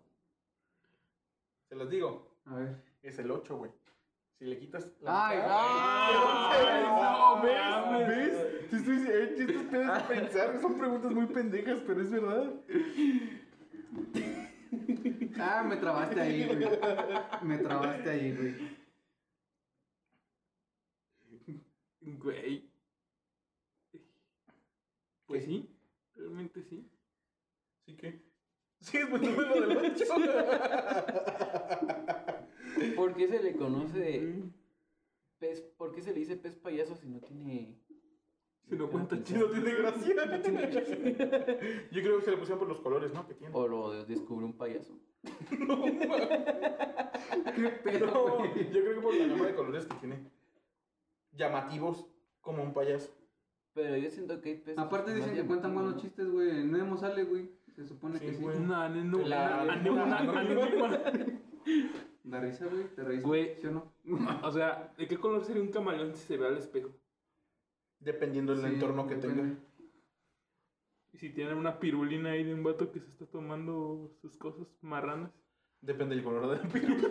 Se las digo. A ver. Es el 8, güey. Si le quitas. Ay, *laughs* ay, no, mames. ¿Ves? Te estoy diciendo, eh, estos pedos de pensar son preguntas muy pendejas, pero es verdad. Ah, me trabaste ahí, güey. Me trabaste ahí, güey. Güey. Pues sí, realmente sí. Así que. *laughs* Sí, es buen número del 8. ¿Por qué se le conoce pez? ¿Por qué se le dice pez payaso si no tiene. Si no pues cuenta Sí, no chido. tiene gracia. *laughs* Yo creo que se le pusieron por los colores, ¿no? Que *laughs* tiene. O lo descubre un payaso. *laughs* ¿Qué pedo, No, güey? yo creo que por la gama de colores que tiene. Llamativos, como un payaso. Pero yo siento que hay peces. Aparte más dicen que cuentan buenos llamativos, ¿no? chistes, güey. En Nemo sale, güey. Se supone Sí, que sí. güey. No, no, no. La- no, no, no, no, no, no. Da risa, güey. Te reís, Güey. ¿Sí o no? O sea, ¿de qué color sería un camaleón si se ve al espejo? Dependiendo del Sí, entorno que depende. tenga. Y si tienen una pirulina ahí de un vato que se está tomando sus cosas marranas. Depende del color de la pirupa.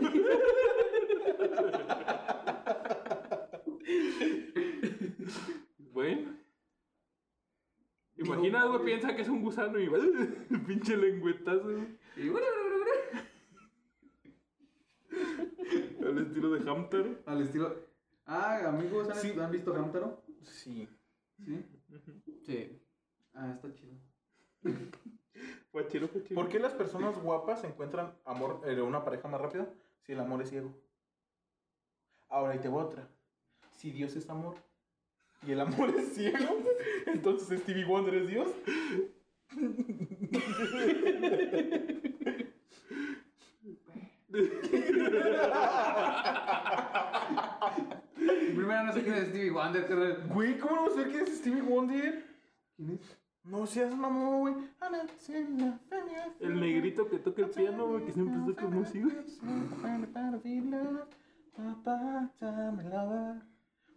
Bueno. Imagina, güey, piensa que es un gusano *laughs* y pinche lengüetazo. güey. Y bueno, Al estilo de Hamtaro. Al estilo. Ah, amigos, ¿han, Sí. ¿han visto Hamtaro? *laughs* Sí. Sí. Sí. Ah, está chido. Fue chido, fue chido. ¿Por qué las personas guapas encuentran amor eh, una pareja más rápido si el amor es ciego? Ahora ahí te va otra. Si Dios es amor y el amor es ciego, *laughs* entonces Stevie Wonder es Dios. Primero no sé quién es Stevie Wonder, carnal. Güey, ¿cómo no sé quién es Stevie Wonder? ¿Quién es? No seas mamón, güey. El negrito que toca el piano, pues güey, que siempre está como así, güey.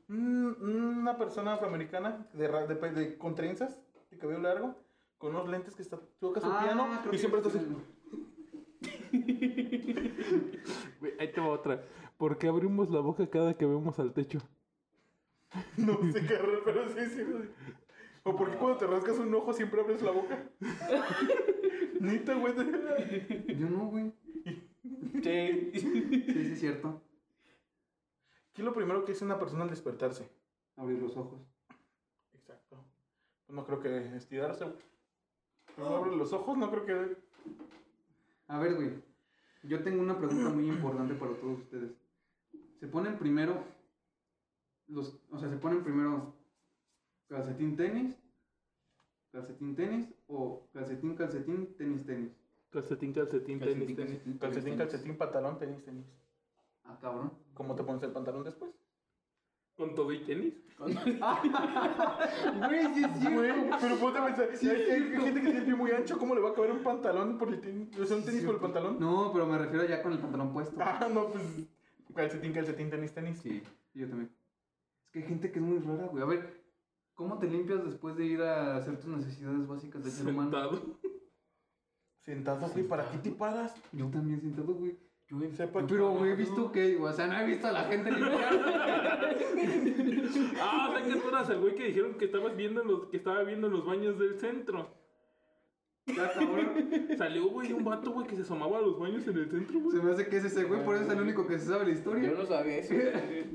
Mm, Una persona afroamericana de, ra- de, de- con trenzas, de cabello largo, con unos lentes que está, toca su piano Ah, creo y que siempre ya está así. *laughs* sé quién es. Güey, Ahí te va otra. ¿Por qué abrimos la boca cada que vemos al techo? No sé qué raro, pero sí, sí. güey. O porque cuando te rascas un ojo siempre abres la *laughs* boca. Nita, güey. Yo no, güey. Sí, sí, es cierto. ¿Qué es lo primero que hace una persona al despertarse? Abrir los ojos. Exacto. Pues no creo que estirarse, güey. Oh. Cuando abre los ojos, no creo que. A ver, güey. Yo tengo una pregunta muy importante para todos ustedes. ¿Se ponen primero los, o sea, se ponen primero calcetín tenis, calcetín tenis o calcetín calcetín tenis tenis? Calcetín, calcetín, tenis, tenis. Calcetín, calcetín, pantalón, tenis, tenis. Ah, cabrón. ¿Cómo te pones el pantalón después? ¿Con todo y tenis? Güey, sí es Güey, pero ponte a pensar, Sí, hay, hay cierto. gente que tiene el pie muy ancho, ¿cómo le va a caber un pantalón por el tenis? O sea, un tenis por el pantalón. No, pero me refiero ya con el pantalón puesto. Ah, no, pues. Calcetín, calcetín, tenis, tenis. Sí. Y Yo también. Es que hay gente que es muy rara, güey. A ver, ¿cómo te limpias después de ir a hacer tus necesidades básicas de ser humano? Sentado. Sentado, güey, ¿para qué te paras? Yo también sentado, güey. Yo en- Sepa Pero, que- güey, he visto que, o sea, no he visto a la gente limpiar. Ah, o sea que tú eras el güey que dijeron que estabas viendo en los, que estaba viendo en los baños del centro. Ya, cabrón. Salió, güey, un vato, güey, que se asomaba a los baños en el centro, güey. Se me hace que es ese güey, por eso es el único que se sabe la historia. Yo no sabía eso.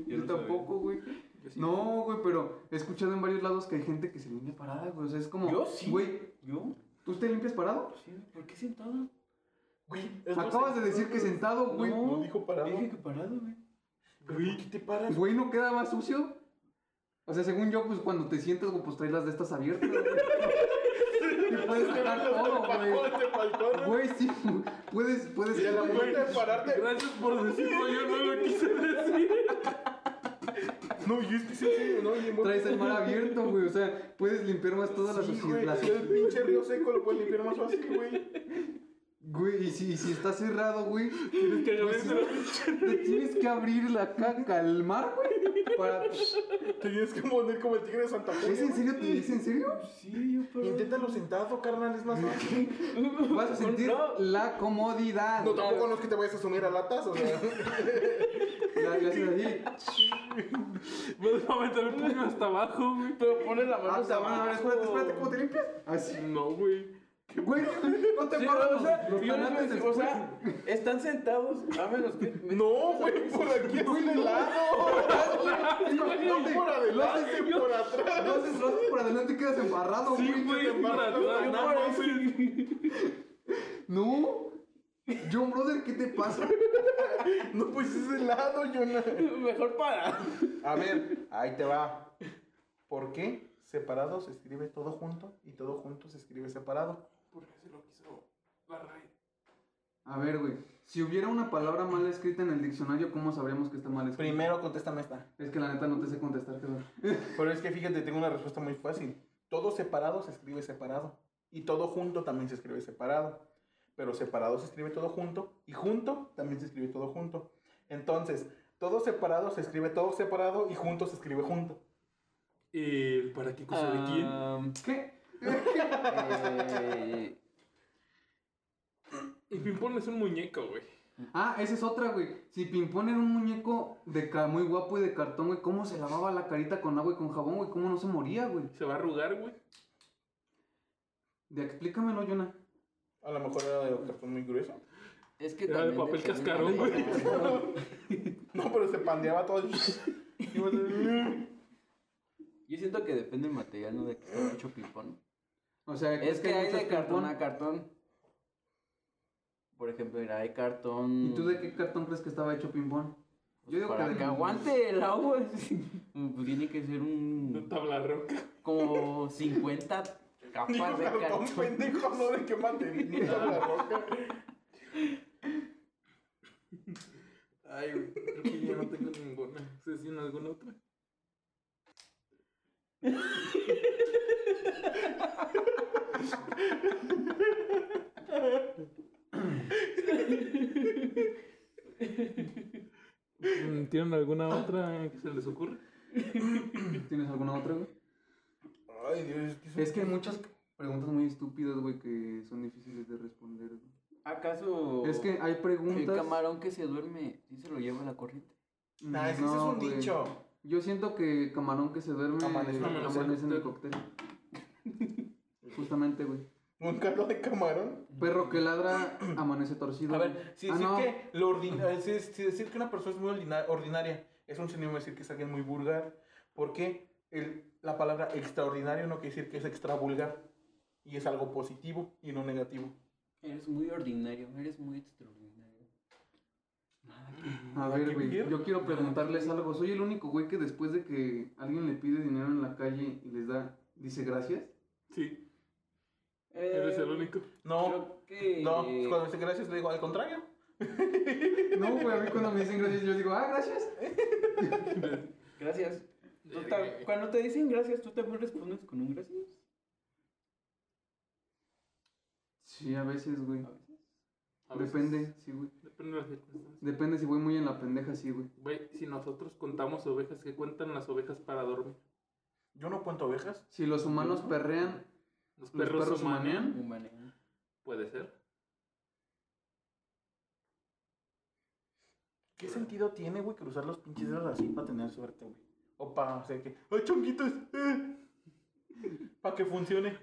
Yo, no tampoco, güey. Yo sí. No, güey, pero he escuchado en varios lados que hay gente que se limpia parada, güey. O sea, es como. Yo sí. Güey, ¿Yo? ¿tú te limpias parado? Sí, ¿por qué sentado? Güey, es eh, Acabas de decir que sentado, güey. No, dijo parado. Dije que parado, güey. Pero ¿por qué te paras? Pues, Güey, ¿no queda más sucio? O sea, según yo, pues cuando te sientas, güey, pues traes las de estas abiertas, güey. Y *laughs* puedes dejar todo, güey. Te faltó, ¿no? Güey, sí, güey. puedes, puedes. Y a la güey. vuelta de pararte. Gracias por decirlo, yo no lo quise decir. No, yo es que sí, sí, no, y Traes el mar abierto, güey. O sea, puedes limpiar más toda la Sí, sociedad. güey, el pinche río seco lo puedes limpiar más fácil, güey. Güey, y si, y si está cerrado, güey, Tienes que pues, agarrarte la te tienes que abrir la caca al mar, güey. Para... ¿Es Te tienes que poner como el tigre de Santa Fe. en serio? ¿Te es en serio? Sí, yo parado. Inténtalo sentado, carnal, es más fácil. Vas a sentir No. la comodidad. No, tampoco no es que te vayas a sumir a latas, o sea. La- la- la- Pues, Me va a meter el puño hasta abajo, güey. Pero pone la mano Ah, hasta cabrón, a ver, abajo. espérate, espérate, ¿cómo te limpias? Así. No, güey. Güey, no te Sí, paras o sea, los- los yo les voy a tanates decir, o sea, están sentados, a menos que... *laughs* No, *laughs* güey, por aquí es un helado. *laughs* No por adelante, por atrás. Lo haces, lo haces por adelante y quedas embarrado, Sí, güey. güey, para atrás, Yo no por ahí mames. No. John Brother, ¿qué te pasa? No, *laughs* pues es helado, Jonah. Mejor para. A ver, ahí te va. ¿Por qué separado se escribe todo junto y todo junto se escribe separado? Porque se lo quiso la RAE. A ver, güey. Si hubiera una palabra mal escrita en el diccionario, ¿cómo sabríamos que está mal escrita? Primero contéstame esta. Es que la neta no te sé contestar, cabrón. Pero es que fíjate, tengo una respuesta muy fácil. Todo separado se escribe separado. Y todo junto también se escribe separado. Pero separado se escribe todo junto. Y junto también se escribe todo junto. Entonces, todo separado se escribe todo separado y junto se escribe junto. El Eh, para qué cosa de quién. ¿Qué? Eh, El ping-pong es un muñeco, güey. Ah, esa es otra, güey. Si Pimpón era un muñeco de ca- muy guapo y de cartón, güey, ¿cómo se lavaba la carita con agua y con jabón, güey? ¿Cómo no se moría, güey? Se va a arrugar, güey. Ya, explícamelo, Jonah. A lo mejor era de cartón muy grueso. *laughs* es que Era de también papel depende cascarón, de- güey. No, pero se pandeaba todo. "Mm, Yo siento que depende del material, ¿no? De que esté hecho pipón. O sea, Es ¿crees que hay muchos de cartón Pimpón? a cartón. Por ejemplo, mira, hay cartón... ¿Y tú de qué cartón crees que estaba hecho Pimpón? Pues para de- que, aguante el agua. *laughs* Pues tiene que De ser un... tabla roca. Como 50 capas Dijo de cartón cartón. pendejo, no de qué material. la roca. Ay, güey. Creo que yo no tengo ninguna. ¿Ustedes tienen alguna otra? Mm, ¿Tienen alguna otra que se les ocurra? ¿Tienes alguna otra, güey? Ay, Dios, es que son- Es que hay muchas preguntas muy estúpidas, güey, que son difíciles de responder, güey. ¿Acaso Es que hay el preguntas... camarón que se duerme sí se lo lleva la corriente? Mm, Nah, Ah, ese es un güey. dicho. Yo siento que camarón que se duerme Amanece- eh, amanece amanece en el en cóctel. Justamente, güey. Un caldo de camarón. Perro que ladra amanece torcido. A güey. ver, si Ah, decir, no. que lo ordin- eh, si- si decir que una persona es muy ordina- ordinaria es un sinónimo de decir que es alguien muy vulgar, porque el, la palabra extraordinario no quiere decir que es extra vulgar y es algo positivo y no negativo. Eres muy ordinario, eres muy extraordinario. Nada que A ver. ¿Qué ver, güey, vieron? yo quiero preguntarles algo. Soy el único güey que después de que alguien le pide dinero en la calle y les da, dice gracias. Sí, eres el único. No, Eh, Creo que... no, cuando dice gracias le digo al contrario. No, güey, a mí cuando me dicen gracias yo digo, ah, gracias. Gracias. Tú ta- Cuando te dicen gracias, ¿tú también respondes con un gracias? Sí, a veces, güey. A veces. A veces. Depende, sí, güey. Depende de las circunstancias. Depende si voy muy en la pendeja, sí, güey. Güey, si nosotros contamos ovejas, ¿qué cuentan las ovejas para dormir? Yo no cuento ovejas. Si los humanos perrean, ¿Los los perros, perros humanean? humanean. Humanea. Puede ser. ¿Qué sentido tiene, güey, cruzar los pinches dedos así para tener suerte, güey? O para hacer que. ¡Ay, chonguitos! eh". para que funcione.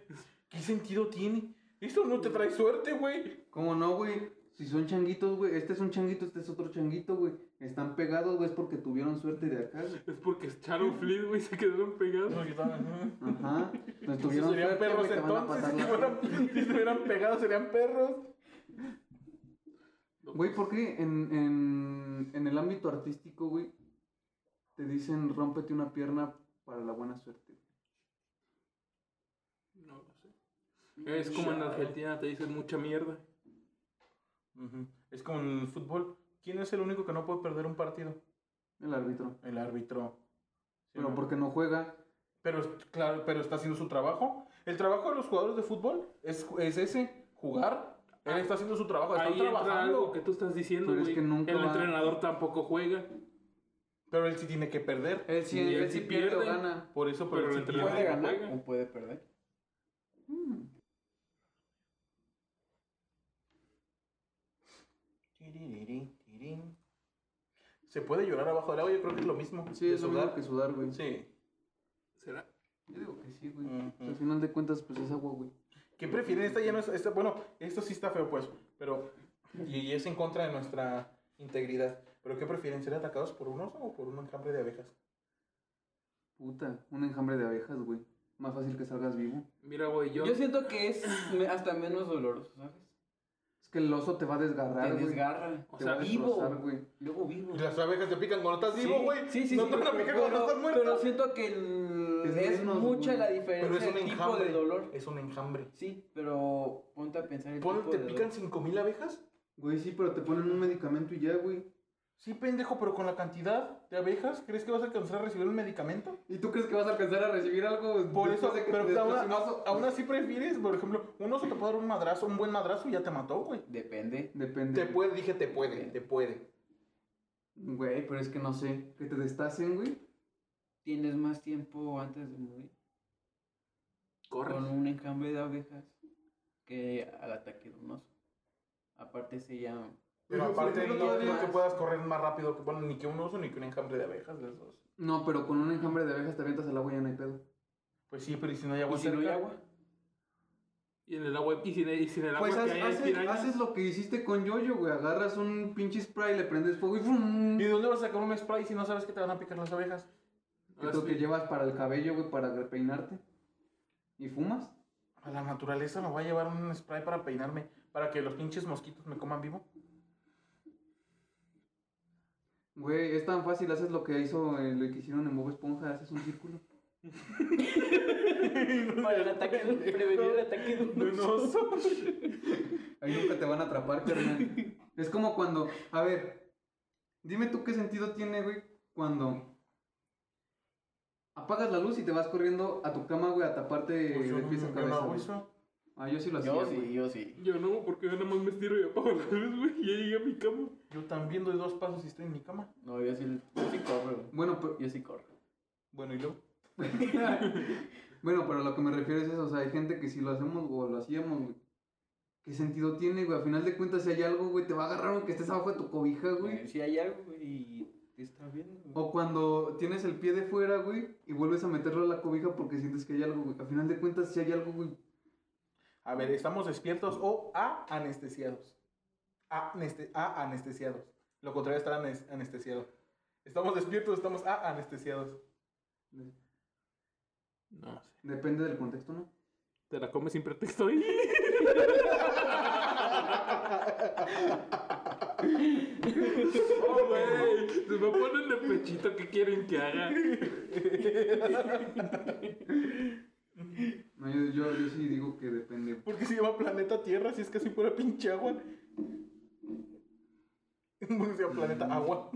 ¿Qué sentido tiene? Esto no te trae suerte, güey. ¿Cómo no, güey? Si son changuitos, güey. Este es un changuito, este es otro changuito, güey. Están pegados, güey. Es porque tuvieron suerte de acá, güey. Es porque echaron flip, güey, se quedaron pegados. No, yo también, ¿no? Ajá. No Si tuvieron serían suerte, perros güey. Te van a entonces, pasar si *laughs* la... fueran, si estuvieran pegados serían perros. Güey, ¿por qué en, en, en el ámbito artístico, güey, te dicen rómpete una pierna para la buena suerte? No lo sé. Es como en Argentina te dicen mucha mierda. Ujú. Es como en el fútbol. ¿Quién es el único que no puede perder un partido? El árbitro. El árbitro. Sí, Pero ¿no? porque no juega. Pero es- claro, pero está haciendo su trabajo. El trabajo de los jugadores de fútbol es, es ese, jugar. Él está haciendo su trabajo, están Ahí entra algo trabajando. que tú estás diciendo, Pero es güey. que nunca el va- entrenador tampoco juega. Pero él sí tiene que perder. Él sí, Y él él sí sí pierde o pierde. gana. Eh, Por eso, pero, Pero él el sí entrenador- pierde. Puede ganar juega. o puede perder. Mm. Tiririrín, tirín. Se puede llorar abajo del agua, yo creo que es lo mismo. Sí, es lo mismo Deshogar. que sudar, güey. Sí. ¿Será? Yo digo que sí, güey. Ujú. O sea, Al final de cuentas, pues es agua, güey. ¿Qué prefieren? Esta ya no es. esta- bueno, esto sí está feo, pues. Pero. Y, y es en contra de nuestra integridad. ¿Pero qué prefieren? ¿Ser atacados por un oso o por un enjambre de abejas? Puta, un enjambre de abejas, güey. Más fácil que salgas vivo. Mira, güey, yo. Yo siento que es me- hasta menos doloroso, ¿sabes? Es que el oso te va a desgarrar, Te güey. desgarra. O Te sea, va a vivo. destrozar, güey. Luego vivo. Y las abejas te pican cuando estás vivo, güey. Sí, sí, No sí, te van a pero- picar cuando pero- estás muerto. Pero siento que el- Es es, menos, mucha güey. la diferencia Pero es un del tipo enjambre. de dolor. Es un enjambre. Sí, pero ponte a pensar el Pon- tipo ¿Te de dolor. pican 5000 abejas? Güey, sí, pero te ponen un medicamento y ya, güey. Sí, pendejo, pero con la cantidad de abejas, ¿crees que vas a alcanzar a recibir un medicamento? ¿Y tú crees que vas a alcanzar a recibir algo? Por después eso, de que pero pues, te aún, destroce un aún- oso? aún así prefieres, por ejemplo, un oso te puede dar un madrazo, un buen madrazo y ya te mató, güey. Depende. Depende. Te puede, dije, te puede, te puede. Güey, pero es que no sé. Que te destacen, güey. Tienes más tiempo antes de morir Corre. con un enjambre de abejas que al ataque de un oso. Aparte se llama... Pero Pero, por aparte no ejemplo, creo todavía- que puedas correr más rápido que bueno, ni que un oso ni que un enjambre de abejas, las dos. No, pero con un enjambre de abejas te avientas al agua y ya no hay pedo. Pues sí, pero ¿y si no hay agua ¿Y si no hay cerca? agua? *laughs* Y en el agua. Y sin, y sin el agua Pues que haz- hay, hay haces, pirañas. haces lo que hiciste con Yoyo, güey. Agarras un pinche spray, le prendes fuego y ¿Y ¡fum! de dónde vas a sacar un spray si no sabes que te van a picar las abejas? Que Ah, tú sí. que llevas para el cabello, güey, para peinarte. ¿Y fumas? A la naturaleza me voy a llevar un spray para peinarme, para que los pinches mosquitos me coman vivo. Güey, es tan fácil, haces lo que hizo, eh, lo que hicieron en Bob Esponja, haces un círculo. Para el ataque de- prevenir el ataque de *laughs* De un un oso. oso. Ahí nunca te van a atrapar, carnal. Es como cuando, a ver, dime tú qué sentido tiene, güey, cuando apagas la luz y te vas corriendo a tu cama, güey, a taparte Pues yo de no- pies a yo no cabeza. hago güey. eso. Ah, yo sí lo hacía, Yo güey. sí, yo sí. Yo no, porque yo nada más me estiro y apago la luz, güey. Y ya llegué a mi cama. Yo también doy dos pasos y estoy en mi cama. No, yo sí, yo sí corro. Bueno, pero, Yo sí corro. Bueno, y luego. *laughs* bueno, pero a lo que me refiero es eso, o sea, hay gente que si lo hacemos o lo hacíamos, güey. ¿Qué sentido tiene, güey? Al final de cuentas, si hay algo, güey, te va a agarrar aunque estés abajo de tu cobija, güey. Si hay algo güey, y te está viendo. güey. O cuando tienes el pie de fuera, güey, y vuelves a meterlo a la cobija porque sientes que hay algo, güey. Al final de cuentas, si hay algo, güey. A ver, ¿estamos despiertos o a anestesiados? A, aneste- a anestesiados. Lo contrario está anes- anestesiado. ¿Estamos despiertos o estamos a *laughs* anestesiados? No sé. Depende del contexto, ¿no? Te la comes sin pretexto ¿eh? *laughs* ahí. ¡Oh, güey! Se me ponen de pechito. ¿Qué quieren que haga? No, yo, yo, yo sí digo que depende. ¿Por qué se llama planeta Tierra si es casi pura pinche agua? Bueno, se llama Mm. planeta agua.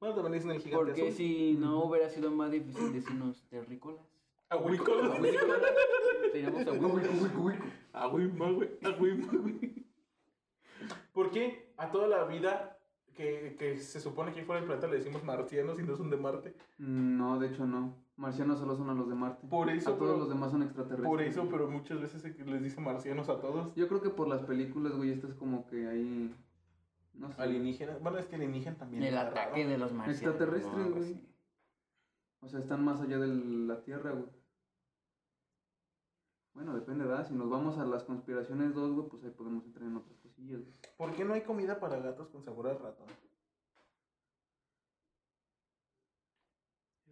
Bueno, también dicen el gigante Porque azul. si no hubiera sido más difícil decirnos terrícolas. Ah, Aguicola. Agüícolas. Seríamos agüícolas. Agüima, güey. Agüima, güey. ¿Por qué a toda la vida que, que se supone que fuera el planeta le decimos marcianos y no son de Marte? Mm, No, de hecho, no. Marcianos solo son a los de Marte. Por eso, A todos pero- los demás son extraterrestres. Por eso, pero muchas veces se- les dice marcianos a todos. Yo creo que por las películas, güey, estas como que ahí No sé. Alienígenas. Bueno, es que alienígena también. El está ataque raro. de los marcianos. Extraterrestres, o algo güey. así. O sea, están más allá de la Tierra, güey. Bueno, depende, ¿verdad? Si nos vamos a las conspiraciones 2, güey, pues ahí podemos entrar en otras cosillas. güey. ¿Por qué no hay comida para gatos con sabor a ratón?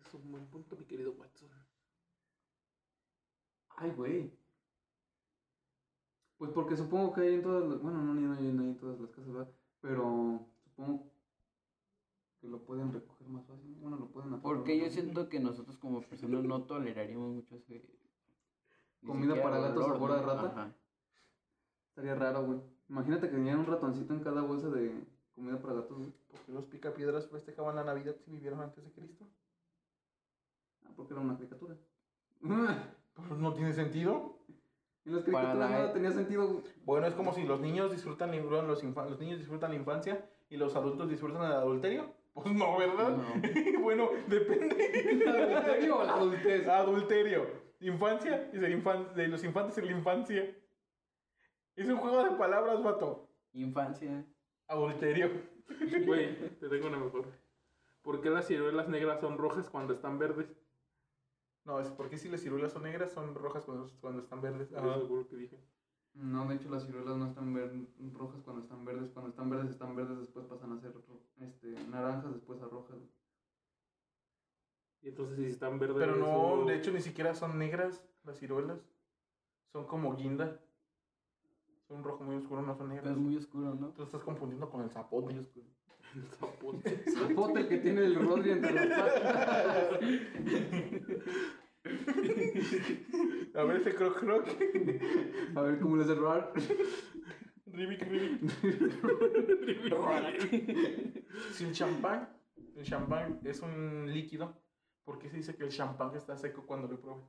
Es un buen punto, mi querido Watson. Ay, güey. Pues porque supongo que hay en todas las... Bueno, no, ni- no, hay- no hay en todas las casas, ¿verdad? Pero supongo que lo pueden recoger más fácil. Bueno, lo pueden atrapar Porque yo más fácil. siento que nosotros como personas no toleraríamos mucho ese... ni Comida siquiera para gatos, olor, sabor a ¿no? rata. Ajá. Estaría raro, güey. Imagínate que viniera un ratoncito en cada bolsa de comida para gatos, güey. Porque los picapiedras festejaban la Navidad si vivieron antes de Cristo. Ah, porque era una caricatura. *laughs* Pues no tiene sentido. En las Para caricaturas la- e- nada tenía sentido, güey. Bueno, es como si los niños disfrutan la infancia, los, infa- los niños disfrutan la infancia y los adultos disfrutan el adulterio. Pues no, ¿Ah? ¿verdad? *laughs* *laughs* bueno, depende. *laughs* ¿Adulterio o la adultez? Adulterio. Infancia y ser infan- de los infantes en la infancia. Es un juego de palabras, vato. Infancia. Adulterio. Güey, te tengo una mejor. ¿Por qué las ciruelas negras son rojas cuando están verdes? No, es porque si las ciruelas son negras, son rojas cuando, cuando están verdes. Eso Ah, seguro que dije. No, de hecho las ciruelas no están ver- rojas cuando están verdes. Cuando están verdes están verdes, después pasan a ser ro- este, naranjas, después a rojas. Y entonces si están verdes... Pero no, o- de hecho ni siquiera son negras las ciruelas. Son como guinda. Son un rojo muy oscuro, no son Pero negras. es muy oscuro, ¿no? Tú estás confundiendo con el zapote. El zapote. Zapote el que tiene el Rodri entre las patas. A ver ese croc croc. A ver cómo les errar. Ribic, *laughs* ribic. Si el champán, el champán es un líquido, ¿por qué se dice que el champán está seco cuando lo prueben?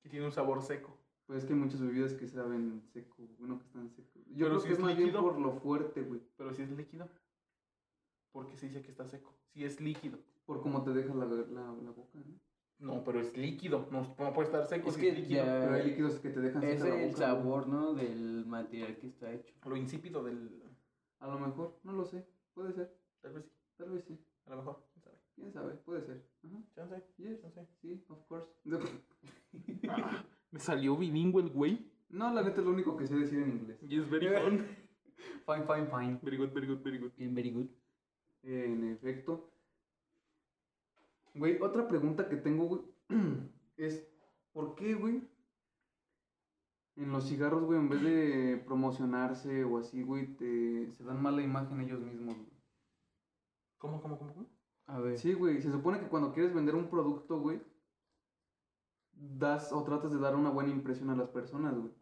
Que tiene un sabor seco. Pues es que hay muchas bebidas que saben seco, bueno, que están secos. Yo Pero creo si que es es más líquido. bien por lo fuerte, güey. Pero si es líquido, ¿por qué se dice que está seco? Si es líquido. Por cómo te deja la, la, la boca, ¿no? No, pero es líquido. No, no puede estar seco Es si que es líquido. ya- Pero hay líquidos que te dejan Es seca la el boca, güey. sabor, ¿no? Del material que está hecho. Lo insípido del... A lo mejor, no lo sé. Puede ser, Tal vez sí, tal vez sí. a lo mejor. ¿Quién sabe? Quién sabe, puede ser. Ajá. Chance, Yes, chance. sí, of course. Ah, *laughs* Me salió bilingüe el güey. No, la neta es lo único que sé decir en inglés. Y es very good. *laughs* Fine, fine, fine. Very good, very good, very good. Bien, very good. En efecto. Güey, otra pregunta que tengo, güey, *clears throat* es ¿por qué, güey? En los cigarros, güey, en vez de promocionarse o así, güey, te, se dan mala imagen ellos mismos. güey? ¿Cómo, cómo, cómo? cómo? A ver. Sí, güey, se supone que cuando quieres vender un producto, güey, das o tratas de dar una buena impresión a las personas, güey.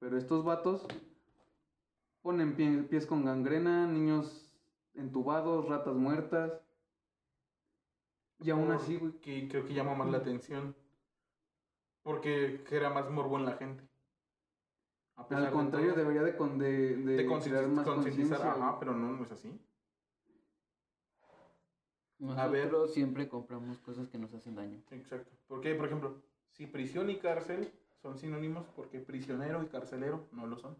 Pero estos vatos ponen pie- pies con gangrena, niños entubados, ratas muertas. Y aún así, güey. Que creo que llama más la atención. Porque era más morbo en la gente. A pesar Al de contrario, todo, debería de, con- de, de de crear concientiz- más concientizar. conciencia, Ajá, güey. pero no, no es así. Nosotros A ver. siempre compramos cosas que nos hacen daño. Exacto. Porque, por ejemplo, si prisión y cárcel son sinónimos, porque prisionero y carcelero no lo son.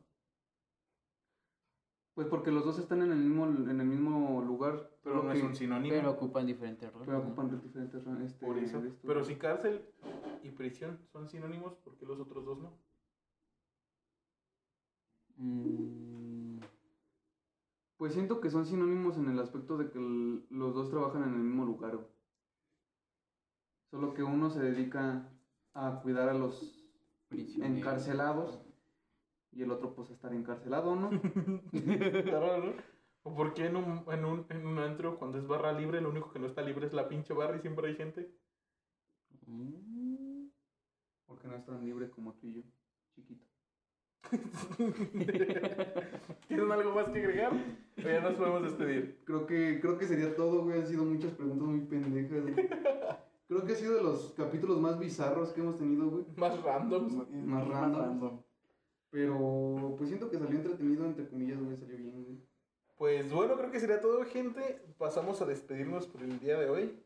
Pues porque los dos están en el mismo, en el mismo lugar. Pero no que- es un sinónimo. Pero ocupan diferentes roles. pero ¿no? ocupan diferentes ra- este, por eso. de esto. Pero si cárcel y prisión son sinónimos, ¿por qué los otros *laughs* dos no? Mm, Pues siento que son sinónimos en el aspecto de que el- los dos trabajan en el mismo lugar. güey. Solo que uno se dedica a cuidar a los prisionero. encarcelados y el otro pues estar encarcelado, ¿no? Está raro, ¿no? ¿O por qué en un, en, un, en un antro, cuando es barra libre, lo único que no está libre es la pinche barra y siempre hay gente? Mm. Porque no es tan libre como tú y yo, chiquito. *laughs* ¿Tienen algo más que agregar? O ya nos podemos despedir. Creo que, creo que sería todo, güey. Han sido muchas preguntas muy pendejas, güey. Creo que ha sido de los capítulos más bizarros que hemos tenido, güey. Más random. Más random. Pero pues siento que salió entretenido, entre comillas, güey. Salió bien, güey. Pues bueno, creo que sería todo, gente. Pasamos a despedirnos por el día de hoy.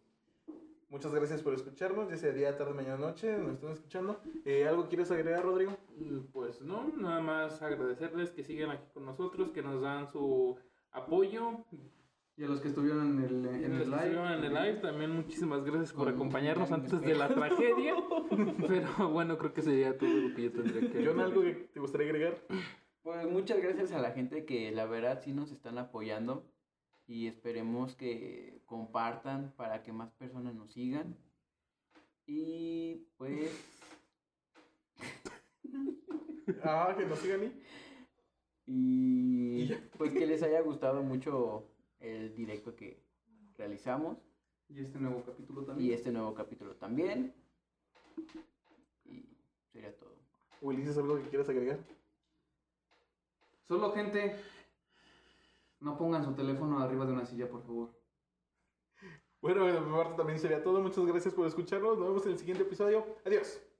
Muchas gracias por escucharnos, ya sea día, tarde, mañana, noche, nos están escuchando. Eh, ¿Algo quieres agregar, Rodrigo? Pues no, nada más agradecerles que sigan aquí con nosotros, que nos dan su apoyo. Y a los que estuvieron en el, en En el live. en el live también muchísimas gracias por Con- acompañarnos con- antes de la *laughs* tragedia. Pero bueno, creo que sería todo lo que yo tendría que John, ¿algo que te gustaría agregar? Pues muchas gracias a la gente que la verdad sí nos están apoyando y esperemos que compartan para que más personas nos sigan. Y pues Ah, que nos sigan y... *laughs* y, Y ya. pues que les haya gustado mucho el directo que realizamos Y este nuevo capítulo también. y este nuevo capítulo también. Y sería todo. Ulises, ¿algo que quieras agregar? Solo gente, no pongan su teléfono arriba de una silla, por favor. Bueno, de mi parte también sería todo. Muchas gracias por escucharnos. Nos vemos en el siguiente episodio. Adiós.